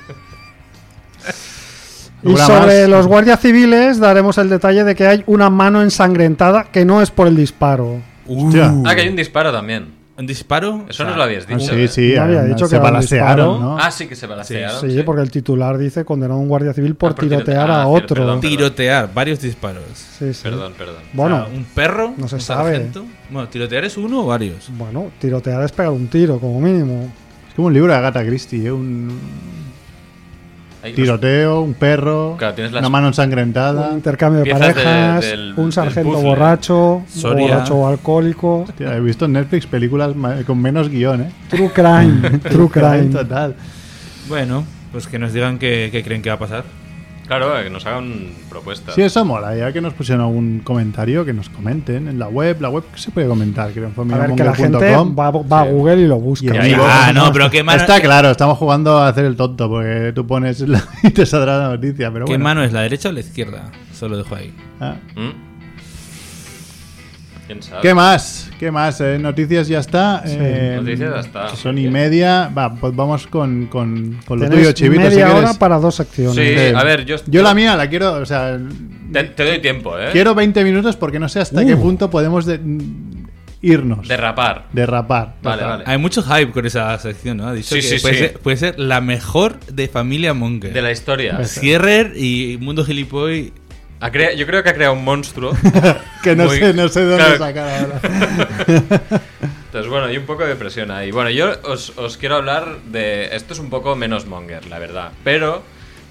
Speaker 4: Y
Speaker 3: Habrá
Speaker 4: sobre
Speaker 3: más.
Speaker 4: los guardias civiles daremos el detalle de que hay una mano ensangrentada que no es por el disparo.
Speaker 1: Uh.
Speaker 3: Hostia.
Speaker 2: Ah, que hay un disparo también.
Speaker 1: ¿Un disparo?
Speaker 2: Eso
Speaker 1: O sea,
Speaker 2: nos lo habías
Speaker 3: Ah,
Speaker 2: dicho.
Speaker 3: sí,
Speaker 2: ¿eh?
Speaker 3: sí,
Speaker 4: No había dicho
Speaker 3: se
Speaker 4: que era un disparo.
Speaker 3: balasearon, ¿no?
Speaker 2: Ah, sí, que se balancearon.
Speaker 4: Sí, porque el titular dice condenado a un guardia civil por
Speaker 2: Ah, por
Speaker 4: tirotear
Speaker 2: tirotear.
Speaker 4: a
Speaker 2: Ah,
Speaker 4: otro.
Speaker 2: cierto, perdón.
Speaker 1: Tirotear, varios disparos.
Speaker 4: Sí, sí.
Speaker 2: Perdón, perdón.
Speaker 4: Bueno,
Speaker 1: O sea, ¿Un perro?
Speaker 4: no se
Speaker 1: ¿Un
Speaker 4: sabe.
Speaker 1: sargento? Bueno, tirotear es uno o varios.
Speaker 4: bueno, tirotear es pegar un tiro, como mínimo.
Speaker 3: Es como un libro de Agatha Christie, ¿eh? un
Speaker 2: Ahí,
Speaker 3: tiroteo, un perro,
Speaker 2: Claro, tienes las-
Speaker 3: una mano
Speaker 4: Un
Speaker 3: ensangrentada.
Speaker 4: intercambio de
Speaker 2: Piezas de-
Speaker 4: parejas,
Speaker 2: del-
Speaker 4: un
Speaker 2: del
Speaker 4: sargento
Speaker 2: puzzle.
Speaker 4: borracho,
Speaker 1: Soria.
Speaker 4: borracho o alcohólico.
Speaker 3: Hostia, he visto en Netflix películas ma- con menos guión, ¿eh?
Speaker 4: True crime, true crime.
Speaker 3: Total.
Speaker 1: Bueno, pues que nos digan qué, qué creen que va a pasar.
Speaker 2: los- Claro, eh, que nos hagan propuestas.
Speaker 3: Sí, eso mola. Ya que nos pusieron algún comentario, que nos comenten en la web. La web que se puede comentar, creo, en
Speaker 4: A ver, que la gente
Speaker 3: familiamonge.com.
Speaker 4: va, va a Google y lo busca.
Speaker 3: Y
Speaker 1: ahí
Speaker 3: ahí
Speaker 1: va.
Speaker 3: va.
Speaker 1: Ah, no, pero qué mano-
Speaker 3: Está claro, estamos jugando a hacer el tonto, porque tú pones la- y te saldrá la noticia, pero
Speaker 1: ¿Qué
Speaker 3: bueno.
Speaker 1: mano es, la derecha o la izquierda? Solo dejo ahí.
Speaker 3: Ah.
Speaker 2: ¿Mm? ¿Quién sabe?
Speaker 3: ¿Qué más? ¿Qué más? Eh, noticias ya está. eh,
Speaker 2: Noticias ya está.
Speaker 3: que Son y media. Va, pues vamos con, con, con lo
Speaker 4: Tenéis
Speaker 3: tuyo, Chivito, si
Speaker 4: media
Speaker 3: quieres.
Speaker 4: hora para dos secciones.
Speaker 2: Sí,
Speaker 3: Eh,
Speaker 2: a ver, yo,
Speaker 3: Yo la mía la quiero, o sea,
Speaker 2: te, te doy tiempo, ¿eh?
Speaker 3: quiero 20 minutos porque no sé hasta
Speaker 4: Uh.
Speaker 3: qué punto podemos de- irnos.
Speaker 2: derrapar.
Speaker 3: derrapar.
Speaker 2: Vale,
Speaker 3: Total.
Speaker 2: vale.
Speaker 1: Hay mucho hype con esa sección, ¿no? Ha dicho
Speaker 2: Sí,
Speaker 1: que
Speaker 2: sí,
Speaker 1: puede,
Speaker 2: sí.
Speaker 1: Ser, puede ser la mejor de familia Monger.
Speaker 2: De la historia.
Speaker 4: Pues
Speaker 1: Sierrer y Mundo Gilipoy.
Speaker 2: Ha crea- yo creo que ha creado un monstruo.
Speaker 3: Que no
Speaker 2: Muy-
Speaker 3: sé, no sé dónde
Speaker 2: claro.
Speaker 3: sacar ahora.
Speaker 2: Entonces, bueno, hay un poco de presión ahí. Bueno, yo os, os quiero hablar de. Esto es un poco menos monger, la verdad. Pero,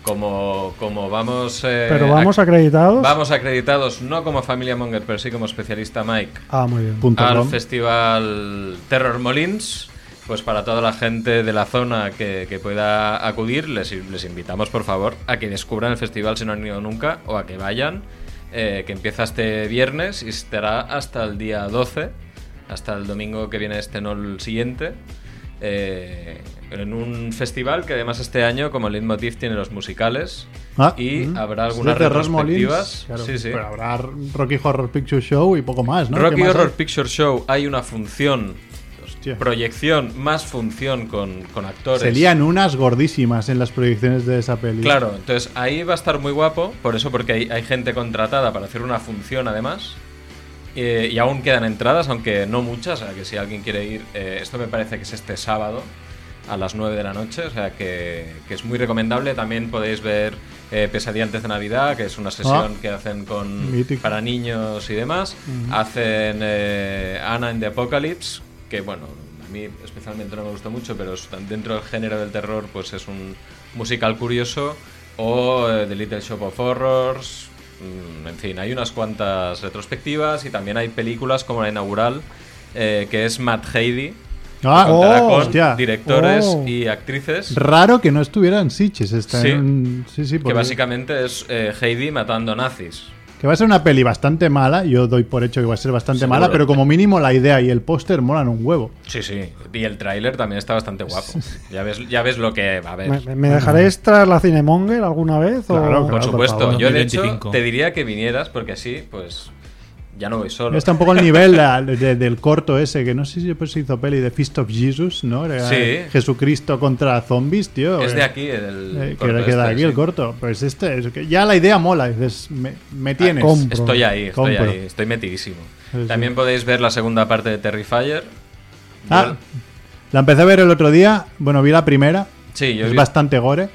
Speaker 2: como, como vamos. eh,
Speaker 4: Pero vamos acreditados.
Speaker 2: vamos acreditados no como familia monger, pero sí como especialista Mike
Speaker 4: Ah, muy bien.
Speaker 3: Punto
Speaker 2: al
Speaker 3: com.
Speaker 2: festival Terror Molins. Pues para toda la gente de la zona que, que pueda acudir, les, les invitamos por favor a que descubran el festival si no han ido nunca o a que vayan, eh, que empieza este viernes y estará hasta el día 12, hasta el domingo que viene este, no el siguiente, eh, en un festival que además este año como leitmotiv tiene los musicales
Speaker 3: Ah,
Speaker 2: y
Speaker 3: mm.
Speaker 2: habrá
Speaker 3: Es de
Speaker 2: algunas
Speaker 3: Terror Molins,
Speaker 2: retrospectivas.
Speaker 3: claro,
Speaker 2: Sí, sí.
Speaker 3: Pero habrá Rocky Horror Picture Show y poco más, ¿no?
Speaker 2: Rocky
Speaker 3: ¿Qué más
Speaker 2: Horror
Speaker 3: hay?
Speaker 2: Picture Show hay una función,
Speaker 3: Hostia.
Speaker 2: proyección más función con, con actores.
Speaker 3: Se lían unas gordísimas en las proyecciones de esa peli.
Speaker 2: Claro, entonces ahí va a estar muy guapo, por eso porque hay, hay gente contratada para hacer una función además. Eh, y aún quedan entradas, aunque no muchas, o sea que si alguien quiere ir, eh, esto me parece que es este sábado a las 9 de la noche, o sea que, que es muy recomendable. También podéis ver eh, Pesadilla antes de Navidad, que es una sesión que hacen con,
Speaker 3: Mítico.
Speaker 2: para niños y demás. Hacen eh, Anna en the Apocalypse, que bueno, a mí especialmente no me gustó mucho, pero es- dentro del género del terror pues es un musical curioso. O eh, The Little Shop of Horrors. mm, En fin, hay unas cuantas retrospectivas y también hay películas como la inaugural, eh, que es Matt Heidi.
Speaker 3: Ah,
Speaker 2: que contará
Speaker 3: oh,
Speaker 2: con
Speaker 3: hostia.
Speaker 2: directores
Speaker 4: Oh.
Speaker 2: y actrices.
Speaker 3: Raro que no estuvieran Sitches. Está
Speaker 2: Sí.
Speaker 3: en un- sí, sí,
Speaker 2: Que
Speaker 3: porque-
Speaker 2: básicamente es eh, Heidi matando nazis.
Speaker 3: Que va a ser una peli bastante mala, yo doy por hecho que va a ser bastante
Speaker 2: Seguro.
Speaker 3: mala, pero como mínimo la idea y el póster molan un huevo.
Speaker 2: Sí, sí. Y el tráiler también está bastante guapo. Ya ves, ya ves lo que va a haber.
Speaker 4: ¿Me, me dejaréis tras la Cinemonger alguna vez? o-
Speaker 3: Claro, claro.
Speaker 2: Por
Speaker 3: por
Speaker 2: supuesto,
Speaker 3: favor.
Speaker 2: yo de
Speaker 1: 2025.
Speaker 2: hecho te diría que vinieras porque así, pues ya no voy solo.
Speaker 3: Está un poco el nivel de- de- del corto ese, que no sé si después se hizo peli de Feast of Jesus, ¿no? Era
Speaker 2: Sí.
Speaker 3: Jesucristo contra zombies, tío.
Speaker 2: Es de
Speaker 3: Eh,
Speaker 2: aquí, del
Speaker 3: eh, que
Speaker 2: corto
Speaker 3: era- que da
Speaker 2: este,
Speaker 3: aquí
Speaker 2: sí.
Speaker 3: el corto. Pues este, es que ya la idea mola. Dices, me, me tienes.
Speaker 4: compro.
Speaker 2: Estoy ahí, estoy
Speaker 3: Compro.
Speaker 2: ahí, estoy metidísimo.
Speaker 3: Sí, sí.
Speaker 2: También podéis ver la segunda parte de Terrifier.
Speaker 3: Ah, la empecé a ver el otro día. Bueno, vi la primera.
Speaker 2: Sí, yo
Speaker 3: es
Speaker 2: vi-
Speaker 3: bastante gore.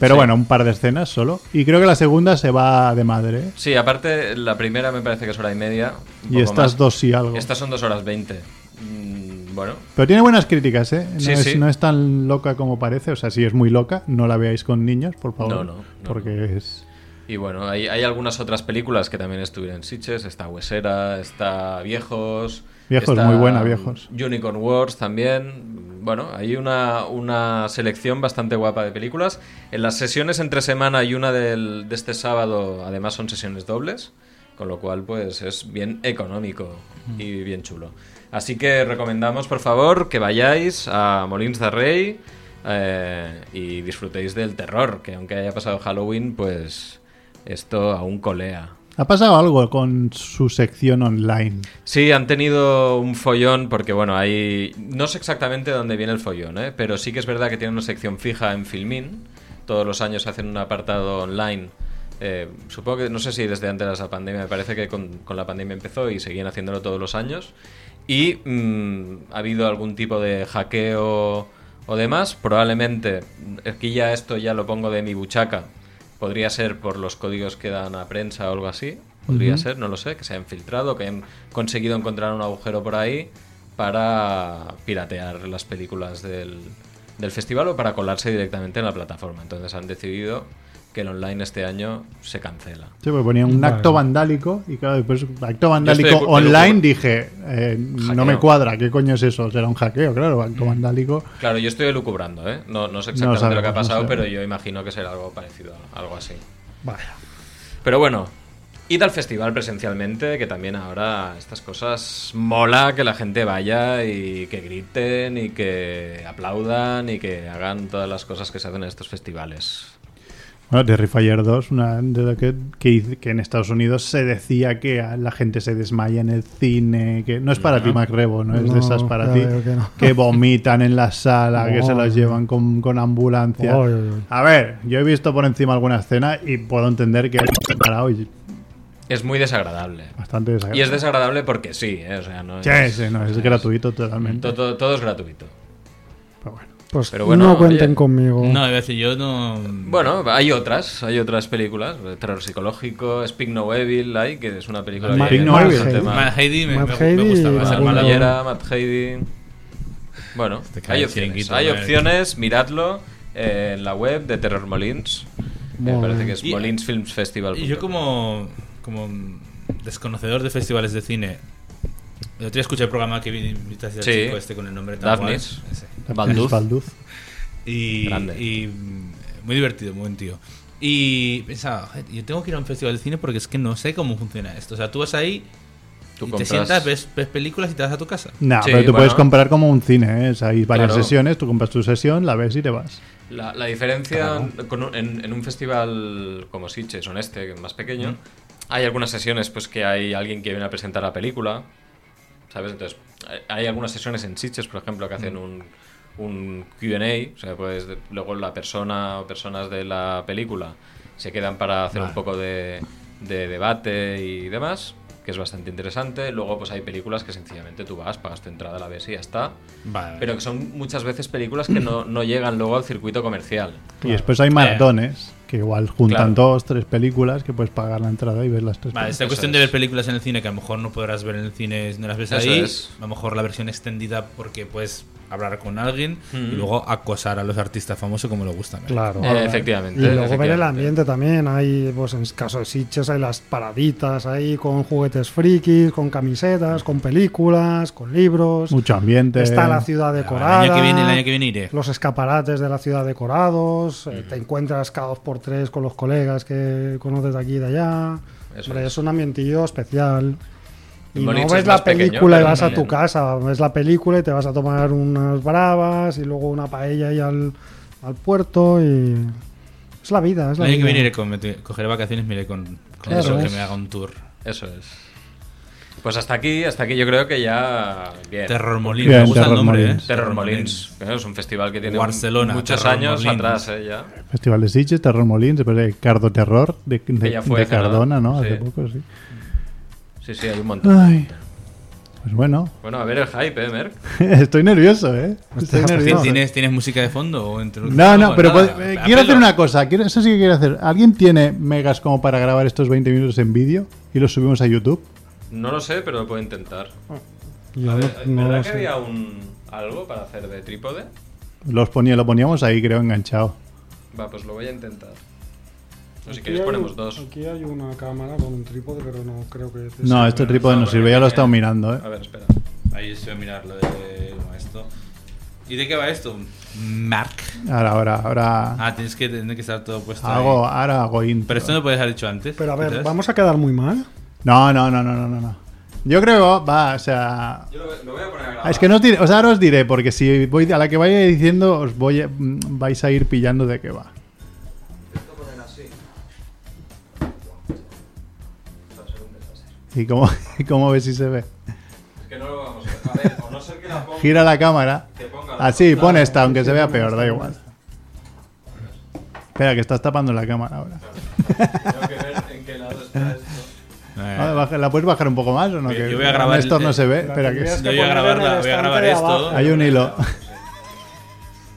Speaker 3: Pero
Speaker 2: sí.
Speaker 3: bueno, un par de escenas solo. Y creo que la segunda se va de madre. ¿eh?
Speaker 2: Sí, aparte la primera me parece que es hora y media. un
Speaker 3: Y
Speaker 2: poco
Speaker 3: estas
Speaker 2: más.
Speaker 3: dos y algo.
Speaker 2: Estas son dos horas veinte. Mm, Bueno,
Speaker 3: Pero tiene buenas críticas, ¿eh? No,
Speaker 2: Sí,
Speaker 3: es,
Speaker 2: sí.
Speaker 3: no es tan loca como parece. O sea, si es muy loca, no la veáis con niños, por favor.
Speaker 2: No, no, no,
Speaker 3: porque es.
Speaker 2: y bueno, hay, hay algunas otras películas que también estuvieron en Sitches. Está Huesera, está Viejos.
Speaker 3: Viejos,
Speaker 2: está,
Speaker 3: muy buena,
Speaker 2: mm,
Speaker 3: Viejos.
Speaker 2: Unicorn Wars también. Bueno, hay una, una selección bastante guapa de películas. En las sesiones entre semana y una del- de este sábado, además son sesiones dobles, con lo cual pues es bien económico y bien chulo. Así que recomendamos, por favor, que vayáis a Molins de Rey eh, y disfrutéis del terror, que aunque haya pasado Halloween, pues esto aún colea.
Speaker 3: Ha pasado algo con su sección online.
Speaker 2: Sí, han tenido un follón porque, bueno, hay... No sé exactamente de dónde viene el follón, ¿eh? pero sí que es verdad que tienen una sección fija en Filmin. Todos los años hacen un apartado online. Eh, supongo que, no sé si desde antes de la pandemia, me parece que con, con la pandemia empezó y seguían haciéndolo todos los años. Y mm, ha habido algún tipo de hackeo o demás. Probablemente, aquí ya esto ya lo pongo de mi buchaca. Podría ser por los códigos que dan a prensa o algo así. Podría
Speaker 3: Ujú.
Speaker 2: ser ser, no lo sé, que se hayan filtrado, que hayan conseguido encontrar un agujero por ahí para piratear las películas del, del festival o para colarse directamente en la plataforma. Entonces han decidido que el online este año se cancela.
Speaker 3: Sí, pues ponía un
Speaker 4: Vale.
Speaker 3: acto vandálico y claro, después acto
Speaker 2: Yo
Speaker 3: vandálico
Speaker 2: estoy de cu- de
Speaker 3: online
Speaker 2: locura.
Speaker 3: dije, eh, no
Speaker 2: Hackeo. Mm.
Speaker 3: me cuadra, ¿qué coño es eso? Será un hackeo, claro, acto vandálico.
Speaker 2: Claro, yo estoy elucubrando, ¿eh? No, no sé exactamente
Speaker 3: No
Speaker 2: lo que ha
Speaker 3: sabemos, no
Speaker 2: pasado,
Speaker 3: sabemos.
Speaker 2: pero yo imagino que será algo parecido, a algo así.
Speaker 4: Vaya.
Speaker 2: Pero bueno, id al festival presencialmente, que también ahora estas cosas mola que la gente vaya y que griten y que aplaudan y que hagan todas las cosas que se hacen en estos festivales.
Speaker 3: Bueno, Terrifier 2, una de la que, que, hice- que en Estados Unidos se decía que a la gente se desmaya en el cine, que no es para ti, MacRebo, no es de
Speaker 4: No,
Speaker 3: esas para
Speaker 4: ya
Speaker 3: ti,
Speaker 4: veo que no.
Speaker 3: que vomitan en la sala, que se
Speaker 4: Ay.
Speaker 3: las llevan con, con ambulancia.
Speaker 4: Ay, ay, ay.
Speaker 3: A ver, yo he visto por encima alguna escena y puedo entender que hay parado y
Speaker 2: Es muy desagradable.
Speaker 3: bastante
Speaker 2: Y es
Speaker 3: desagradable.
Speaker 2: desagradable porque sí, ¿eh? O sea, no
Speaker 3: Sí,
Speaker 2: es,
Speaker 3: sí, no, es gratuito totalmente.
Speaker 2: to- to- todo, es gratuito.
Speaker 3: Pero bueno.
Speaker 4: Pues
Speaker 2: Pero bueno,
Speaker 4: no cuenten
Speaker 2: oye.
Speaker 4: conmigo.
Speaker 1: No, iba a decir, yo no.
Speaker 2: Bueno, hay otras, hay otras películas, eh, terror psicológico, Speak No Evil, hay, que es una película
Speaker 4: Speak
Speaker 2: que-
Speaker 3: No Evil.
Speaker 2: bastante mal-
Speaker 1: Mad Heidi me,
Speaker 4: Mad
Speaker 1: me- me
Speaker 4: Heidi
Speaker 1: gustaba. esa
Speaker 4: y la
Speaker 1: mala-
Speaker 4: Bulldog.
Speaker 2: Malallera, Matt Heidi. Bueno,
Speaker 1: Este cara
Speaker 2: hay
Speaker 1: de
Speaker 2: opciones.
Speaker 1: chiringuito,
Speaker 2: Hay
Speaker 1: madre.
Speaker 2: opciones, miradlo eh, en la web de Terror Molins. Me
Speaker 4: Muy
Speaker 2: parece
Speaker 4: bien.
Speaker 2: que es
Speaker 1: Y-
Speaker 2: Molins Films Festival.
Speaker 1: Y yo como, como desconocedor de festivales de cine, el otro día escuché el programa que vi- invitaste al
Speaker 2: Sí.
Speaker 1: chico este con el nombre tan guay.
Speaker 2: Daphnis.
Speaker 1: Ese.
Speaker 2: Balduz.
Speaker 3: Balduz.
Speaker 1: Y,
Speaker 2: Grande.
Speaker 1: y, mm, muy divertido, muy buen tío. Y pensaba, "Joder, yo tengo que ir a un festival de cine porque es que no sé cómo funciona esto. O sea, tú vas ahí,
Speaker 2: Tú
Speaker 1: y te
Speaker 2: compras-
Speaker 1: sientas, ves, ves películas y te vas a tu casa.
Speaker 3: No,
Speaker 2: Sí,
Speaker 3: pero tú
Speaker 2: bueno.
Speaker 3: puedes comprar como un cine, ¿eh? O sea, hay varias
Speaker 2: Claro.
Speaker 3: sesiones, tú compras tu sesión, la ves y te vas.
Speaker 2: La, la diferencia con un- en, en un festival como Sitges o en este, que es más pequeño, hay algunas sesiones pues que hay alguien que viene a presentar la película, ¿sabes? Entonces, hay- hay algunas sesiones en Sitges, por ejemplo, que hacen un, un QA, o sea, pues de- luego la persona o personas de la película se quedan para hacer un poco de, de debate y demás, que es bastante interesante. Luego, pues hay películas que sencillamente tú vas, pagas tu entrada, la ves y ya está.
Speaker 1: Vale.
Speaker 2: Pero que son muchas veces películas que no, no llegan luego al circuito comercial.
Speaker 3: Y después hay maratones, que igual juntan
Speaker 2: Claro.
Speaker 3: dos, tres películas, que puedes pagar la entrada y ves las tres.
Speaker 1: Vale,
Speaker 3: películas.
Speaker 1: esta
Speaker 2: Eso
Speaker 1: cuestión de
Speaker 2: es.
Speaker 1: ver películas en el cine que a lo mejor no podrás ver en el cine, no las ves
Speaker 2: Eso
Speaker 1: ahí.
Speaker 2: es.
Speaker 1: A lo mejor la versión extendida porque puedes hablar con alguien
Speaker 2: Mm.
Speaker 1: y luego acosar a los artistas famosos como le gustan. ¿eh?
Speaker 4: Claro.
Speaker 2: Eh, efectivamente.
Speaker 4: Y luego ver el
Speaker 2: efectivamente.
Speaker 4: ambiente también. Hay, pues en caso de Sitches, hay las paraditas ahí con juguetes frikis, con camisetas, con películas, con libros.
Speaker 3: Mucho ambiente.
Speaker 4: Está la ciudad
Speaker 1: El
Speaker 4: decorada.
Speaker 1: año que viene, el año que viene iré.
Speaker 4: Los escaparates de la ciudad decorados. eh, Te encuentras cada dos por tres con los colegas que conoces de aquí y de allá.
Speaker 2: Eso
Speaker 4: Hombre,
Speaker 2: es.
Speaker 4: es un ambientil especial.
Speaker 2: El
Speaker 4: Y no
Speaker 2: boliche
Speaker 4: ves
Speaker 2: es
Speaker 4: la
Speaker 2: más pequeño,
Speaker 4: película y
Speaker 2: pero
Speaker 4: vas a
Speaker 2: también.
Speaker 4: tu casa, ves la película y te vas a tomar unas bravas y luego una paella y al, al puerto y... Es la vida, es
Speaker 1: El
Speaker 4: la
Speaker 1: año que
Speaker 4: vida.
Speaker 1: viene iré con, me te- cogeré vacaciones, me iré con, con
Speaker 2: Eso
Speaker 1: eso, que
Speaker 2: es.
Speaker 1: me haga un tour.
Speaker 2: Eso es. Pues hasta aquí, hasta aquí yo creo que ya. Bien.
Speaker 1: Terror Molins,
Speaker 3: Bien,
Speaker 1: me gusta
Speaker 3: Terror
Speaker 1: el nombre,
Speaker 3: Molins.
Speaker 1: ¿eh?
Speaker 2: Terror Molins. Bueno, es un festival que tiene un-
Speaker 1: Barcelona,
Speaker 2: muchos
Speaker 1: Terror
Speaker 2: años
Speaker 1: Molins.
Speaker 2: atrás, ¿eh? Ya.
Speaker 3: Festival de Sitges, Terror Molins, después de Cardo Terror, de, de-
Speaker 2: ya fue
Speaker 3: de
Speaker 2: hace nada,
Speaker 3: Cardona, ¿no? Hace
Speaker 2: sí.
Speaker 3: poco, sí.
Speaker 2: Sí, sí, hay un montón.
Speaker 3: Ay. Pues bueno,
Speaker 2: Bueno, a ver el hype, ¿eh, Merck?
Speaker 3: estoy nervioso, ¿eh? Estoy
Speaker 1: ¿Tien-
Speaker 3: nervioso.
Speaker 1: ¿Tienes, ¿Tienes música de fondo? o introducción?
Speaker 3: No, no, pero
Speaker 1: nada,
Speaker 3: pues, eh,
Speaker 1: a
Speaker 3: quiero hacer
Speaker 1: pelo.
Speaker 3: una cosa. Quiero, eso sí que quiero hacer. ¿Alguien tiene megas como para grabar estos 20 minutos en vídeo y los subimos a YouTube?
Speaker 2: No lo sé, pero lo puedo intentar.
Speaker 4: Yo
Speaker 2: A ver,
Speaker 4: no- no
Speaker 2: ¿Verdad
Speaker 4: lo
Speaker 2: que
Speaker 4: sé.
Speaker 2: había un, algo para hacer de trípode?
Speaker 3: Los ponía, lo poníamos ahí, creo, enganchado.
Speaker 2: Va, pues lo voy a intentar. O si
Speaker 4: Aquí
Speaker 2: quieres
Speaker 4: hay
Speaker 2: ponemos
Speaker 4: un-
Speaker 2: dos.
Speaker 4: Aquí hay una cámara con un trípode, pero no creo que. te
Speaker 3: No,
Speaker 4: sirva.
Speaker 3: este trípode no
Speaker 1: porque
Speaker 3: sirve, ya lo he estado
Speaker 1: tiene-
Speaker 3: mirando, ¿eh?
Speaker 2: A ver, espera.
Speaker 1: Ahí estoy a mirar lo de como esto. ¿Y de qué va esto? Mark.
Speaker 3: Ahora, ahora, ahora.
Speaker 1: Ah, tienes que tener que estar todo puesto.
Speaker 3: Hago,
Speaker 1: ahí.
Speaker 3: ahora hago intro.
Speaker 1: Pero esto no puedes haber dicho antes.
Speaker 4: Pero a ver,
Speaker 1: quizás.
Speaker 4: vamos a quedar muy mal.
Speaker 3: No, no, no, no, no, no, no. Yo creo, va, o sea.
Speaker 2: Yo lo, voy- lo voy a poner a grabar.
Speaker 3: Es que no os diré, o sea, ahora os diré, porque si voy a la que vaya diciendo, os voy a- mm, vais a ir pillando de qué va. ¿Y cómo, y cómo ves si se ve?
Speaker 2: Es que no lo vamos a ver. A ver, o no ser que la ponga.
Speaker 3: Gira la cámara.
Speaker 2: Que ponga
Speaker 4: Ah,
Speaker 2: la
Speaker 3: Así,
Speaker 2: portada.
Speaker 3: pon esta, aunque se vea peor, da igual. Espera, que estás tapando la cámara ahora.
Speaker 2: Tengo que ver en qué lado está esto.
Speaker 1: Eh,
Speaker 3: Ah, baja- ¿La puedes bajar un poco más o no?
Speaker 1: Yo-
Speaker 3: Que
Speaker 1: yo voy a grabar
Speaker 3: Esto
Speaker 1: el-
Speaker 3: no se ve.
Speaker 4: la
Speaker 3: Espera,
Speaker 4: tendrías
Speaker 3: que
Speaker 1: Yo voy a
Speaker 4: poner en
Speaker 1: grabarla, voy
Speaker 4: el
Speaker 1: a
Speaker 4: estante
Speaker 1: grabar
Speaker 4: de
Speaker 1: esto.
Speaker 4: abajo.
Speaker 3: hay un hilo.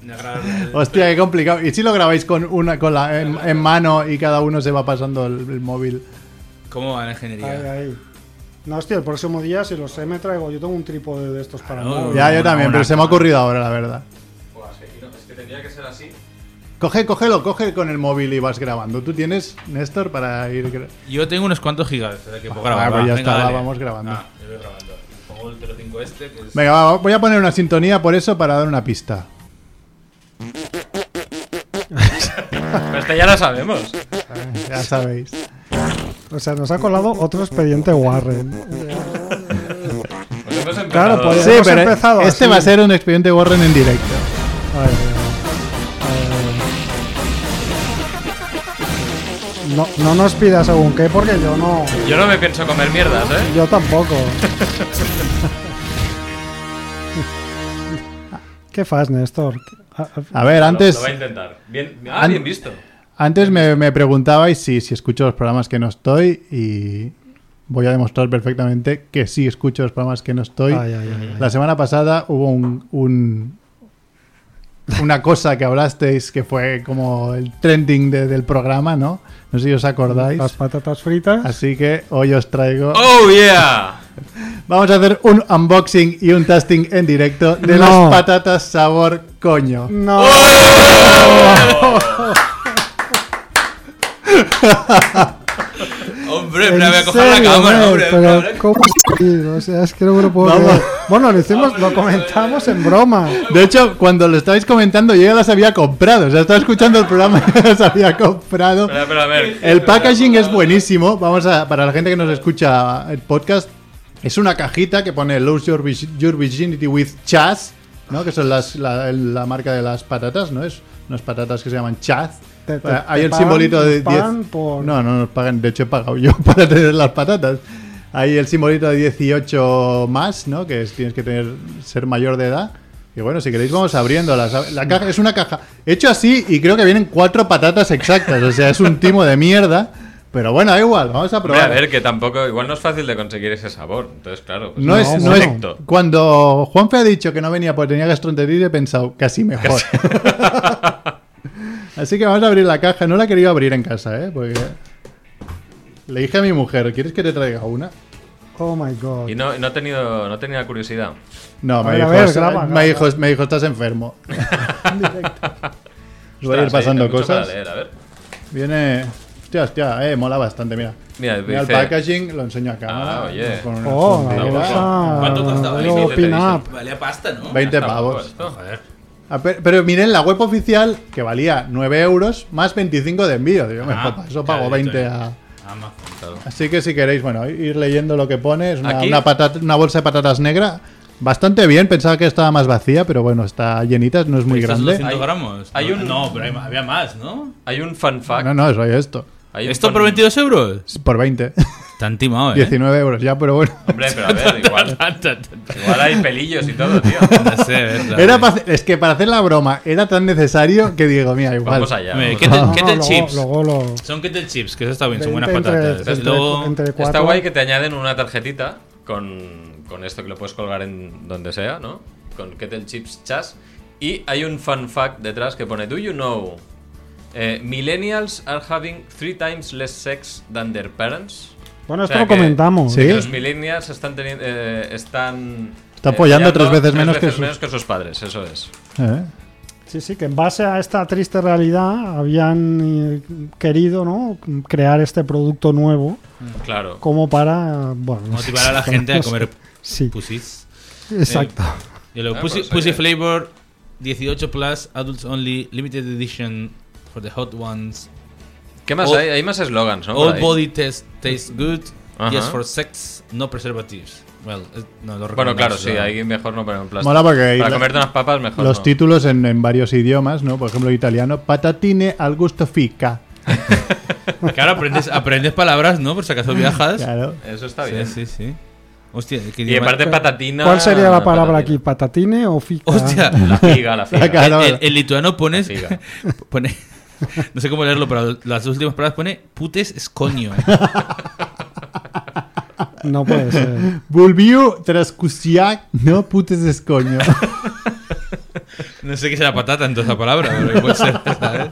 Speaker 1: voy a grabar- eh,
Speaker 3: Hostia, qué complicado. ¿Y si lo grabáis con una con la, en, en mano y cada uno se va pasando el, el móvil?
Speaker 1: ¿Cómo va la
Speaker 4: Ahí,
Speaker 1: ingeniería?
Speaker 4: ahí. No, hostia, el próximo día, si lo sé, me traigo. Yo tengo un trípode de estos para.
Speaker 1: Claro.
Speaker 4: móvil.
Speaker 3: Ya, yo
Speaker 1: Una-
Speaker 3: también,
Speaker 1: una
Speaker 3: pero se me ha
Speaker 1: cámara.
Speaker 3: ocurrido ahora, la verdad.
Speaker 2: Buah, es que aquí no- es que tendría que ser así.
Speaker 3: Coge, cógelo, coge con el móvil y vas grabando. ¿Tú tienes, Néstor, para ir...? gra-
Speaker 1: Yo tengo unos cuantos gigas o sea, que puedo
Speaker 3: Ah,
Speaker 1: grabar.
Speaker 3: pues
Speaker 1: va,
Speaker 3: ya
Speaker 1: venga,
Speaker 3: está, va,
Speaker 1: dale.
Speaker 3: vamos grabando.
Speaker 1: Ah, yo voy grabando. Pongo el 05 este, que es.
Speaker 3: Venga, va, va, voy a poner una sintonía por eso para dar una pista.
Speaker 2: Pero esta ya la sabemos.
Speaker 3: Ya sabéis.
Speaker 4: O sea, nos ha colado otro expediente Warren.
Speaker 2: Pues hemos empezado.
Speaker 4: Claro, pues-
Speaker 3: Sí,
Speaker 4: Hemos
Speaker 3: pero
Speaker 4: empezado
Speaker 3: este
Speaker 4: así.
Speaker 3: va a ser un expediente Warren en directo.
Speaker 4: A ver, a ver, a ver. No, no nos pidas según qué, porque yo no.
Speaker 2: Yo no me pienso comer mierdas, ¿eh?
Speaker 4: Yo tampoco. ¿Qué fas, Néstor? A- a-
Speaker 3: A ver, antes...
Speaker 2: Lo, lo va a intentar. Bien, ah,
Speaker 3: An-
Speaker 2: bien visto.
Speaker 3: Antes me, me preguntabais si, si escucho los programas que no estoy y voy a demostrar perfectamente que sí escucho los programas que no estoy.
Speaker 1: Ah,
Speaker 4: Ay, ay, ay,
Speaker 3: La semana pasada hubo un, un- una cosa que hablasteis que fue como el trending de- del programa, ¿no? No sé si os acordáis.
Speaker 4: Las patatas fritas.
Speaker 3: Así que hoy os traigo...
Speaker 2: ¡Oh, yeah!
Speaker 3: Vamos a hacer un unboxing y un tasting en directo de las
Speaker 4: No.
Speaker 3: patatas sabor coño.
Speaker 4: No.
Speaker 1: Hombre,
Speaker 4: ¿En
Speaker 1: pero voy a coger la
Speaker 4: serio,
Speaker 1: cámara,
Speaker 4: Mer?
Speaker 1: hombre. ¿eh?
Speaker 4: Pero,
Speaker 1: hombre.
Speaker 4: ¿cómo así? O sea, es que no me lo puedo
Speaker 3: Vamos.
Speaker 4: creer. Bueno, lo hicimos, lo comentamos en broma.
Speaker 3: De hecho, cuando lo estabais comentando, yo ya las había comprado. O sea, estaba escuchando el programa y ya las había comprado.
Speaker 2: Espera, espera, a ver.
Speaker 3: El packaging es buenísimo. Vamos a, para la gente que nos escucha el podcast, es una cajita que pone Lose Your, Virgi- Your Virginity with Chaz, ¿no? Que son las, la, la marca de las patatas, ¿no? Es unas patatas que se llaman Chaz.
Speaker 4: Te- te-
Speaker 3: Hay
Speaker 4: te
Speaker 3: el
Speaker 4: pagan-
Speaker 3: simbolito de
Speaker 4: te pagan
Speaker 3: 10.
Speaker 4: por-
Speaker 3: No, no nos pagan. De hecho, he pagado yo para tener las patatas. Hay el simbolito de 18 más, ¿no? Que es, tienes que tener, ser mayor de edad. Y bueno, si queréis vamos abriéndolas. La caja es una caja. He hecho así y creo que vienen cuatro patatas exactas. O sea, es un timo de mierda. Pero bueno, da igual, vamos a
Speaker 2: Hombre,
Speaker 3: probar.
Speaker 2: a ver, que tampoco. Igual no es fácil de conseguir ese sabor. Entonces, claro. pues,
Speaker 3: no, es, no es-
Speaker 2: selecto.
Speaker 3: Cuando Juanfe ha dicho que no venía porque tenía gastroenteritis, he pensado, casi mejor. así que vamos a abrir la caja. No la he querido abrir en casa, ¿eh? Porque le dije a mi mujer, ¿quieres que te traiga una?
Speaker 4: Oh my god.
Speaker 2: Y no, no, he tenido, no he tenido curiosidad.
Speaker 3: No,
Speaker 4: A
Speaker 3: me,
Speaker 4: ver, a
Speaker 3: dijo,
Speaker 4: ver, graba,
Speaker 3: me,
Speaker 4: graba.
Speaker 3: dijo, me dijo, estás enfermo. Os Voy a ir
Speaker 2: Ostras,
Speaker 3: pasando
Speaker 2: hay mucho
Speaker 3: cosas.
Speaker 2: para leer, a ver.
Speaker 3: Viene. Hostia, hostia, eh, mola bastante, mira.
Speaker 2: Mira,
Speaker 3: Mira el
Speaker 2: dice-
Speaker 3: packaging, lo enseño a cámara.
Speaker 2: Ah, oye.
Speaker 3: con una
Speaker 4: Oh, la
Speaker 3: fundera.
Speaker 4: bolsa.
Speaker 1: ¿Cuánto costaba?
Speaker 4: Luego
Speaker 2: Ahí sí te
Speaker 4: pin
Speaker 2: dicen.
Speaker 4: up.
Speaker 1: Valía pasta, ¿no?
Speaker 3: 20
Speaker 2: Está guapo
Speaker 3: pavos.
Speaker 2: esto.
Speaker 1: Joder.
Speaker 3: Ah, pe- Pero miren la web oficial que valía 9 euros más 25 de envío. Yo me
Speaker 1: Ah,
Speaker 3: pa- eso pago
Speaker 1: claro,
Speaker 3: 20
Speaker 1: yo
Speaker 3: a.
Speaker 1: Amazon.
Speaker 3: Así que si queréis, bueno, ir leyendo lo que pone. Es una,
Speaker 2: Aquí-
Speaker 3: una patata- una bolsa de patatas negra. Bastante bien, pensaba que estaba más vacía, pero bueno, está llenita, no es muy
Speaker 1: ¿Estás
Speaker 3: grande.
Speaker 1: 200
Speaker 2: Hay-
Speaker 1: gramos?
Speaker 2: hay un-
Speaker 1: No, pero hay- había más, ¿no?
Speaker 2: Hay un fan fact.
Speaker 3: No, no, eso es esto.
Speaker 2: hay un
Speaker 1: ¿Esto
Speaker 2: fan-
Speaker 1: por 22 euros?
Speaker 3: Por 20.
Speaker 1: Tan timado, ¿eh?
Speaker 3: 19 euros ya, pero bueno.
Speaker 2: Hombre, pero a ver, igual,
Speaker 1: Tan, tan, tan, tan.
Speaker 2: igual hay pelillos y todo, tío.
Speaker 1: No sé, ¿verdad? eh.
Speaker 3: Era pa- es que para hacer la broma era tan necesario que digo, mira, igual.
Speaker 2: Vamos allá.
Speaker 1: Hombre,
Speaker 2: vamos
Speaker 1: ¿qué
Speaker 2: allá.
Speaker 1: te-
Speaker 4: No, no,
Speaker 1: kettle
Speaker 4: Ah, luego-
Speaker 1: chips.
Speaker 4: luego lo-
Speaker 1: Son kettle chips, que eso está bien, son buenas
Speaker 4: entre-
Speaker 1: patatas.
Speaker 4: entre-
Speaker 1: Luego,
Speaker 4: entre
Speaker 2: Está
Speaker 4: cuatro.
Speaker 2: guay que te añaden una tarjetita con, con esto que lo puedes colgar en donde sea, ¿no? Con Kettle Chips Chas. Y hay un fun fact detrás que pone: Do you know eh, millennials are having three times less sex than their parents?
Speaker 4: Bueno,
Speaker 2: O
Speaker 4: esto
Speaker 2: sea
Speaker 4: lo
Speaker 2: que-
Speaker 4: comentamos. ¿eh?
Speaker 3: Sí.
Speaker 2: que los millennials están teniendo, eh, están
Speaker 3: Está
Speaker 2: eh,
Speaker 3: apoyando tres veces
Speaker 2: tres
Speaker 3: menos que
Speaker 2: veces
Speaker 3: sus-
Speaker 2: menos que sus padres, eso es.
Speaker 3: ¿Eh?
Speaker 4: Sí, sí, que en base a esta triste realidad habían eh, querido ¿no? crear este producto nuevo
Speaker 2: Claro.
Speaker 4: como para bueno, no sé
Speaker 1: motivar a la gente a comer
Speaker 4: Sí,
Speaker 1: pussies. Eh,
Speaker 4: exacto.
Speaker 1: Y luego,
Speaker 2: Ah,
Speaker 1: pussy,
Speaker 2: pues,
Speaker 1: pussy
Speaker 2: oye.
Speaker 1: Flavor 18 Plus, Adults Only, Limited Edition for the Hot Ones.
Speaker 2: ¿Qué más
Speaker 1: Old-
Speaker 2: hay? Hay más eslogans, ¿no? Por
Speaker 1: All
Speaker 2: ahí.
Speaker 1: body test tastes good.
Speaker 2: Ajá.
Speaker 1: Yes for sex, no preservatives. Well, eh, no lo
Speaker 2: Bueno, claro,
Speaker 1: recomendamos,
Speaker 2: sí,
Speaker 1: ¿no?
Speaker 2: ahí mejor no poner un plástico.
Speaker 3: Mola porque ahí
Speaker 2: Para
Speaker 3: la-
Speaker 2: comerte unas papas, mejor.
Speaker 3: Los
Speaker 2: no.
Speaker 3: títulos en, en varios idiomas, ¿no? Por ejemplo, italiano, patatine al gusto fica.
Speaker 1: Claro, aprendes, aprendes palabras, ¿no? Por si acaso viajas.
Speaker 3: Claro.
Speaker 2: Eso está
Speaker 1: sí,
Speaker 2: bien.
Speaker 1: sí, sí. Hostia, qué
Speaker 2: Y
Speaker 1: idioma-
Speaker 2: aparte
Speaker 1: eh,
Speaker 2: patatina.
Speaker 4: ¿Cuál sería la palabra aquí?
Speaker 2: patatina.
Speaker 4: ¿Patatine o fica?
Speaker 1: Hostia,
Speaker 2: La figa, la figa.
Speaker 3: Claro.
Speaker 1: el, el lituano pones.
Speaker 2: Figa.
Speaker 1: pone- no sé cómo leerlo, pero las dos últimas palabras pone putes escoño.
Speaker 4: No puede ser.
Speaker 3: Bulbiu trascusiac, no putes escoño.
Speaker 1: No sé qué será patata en toda esa palabra, pero puede ser, ¿sabes?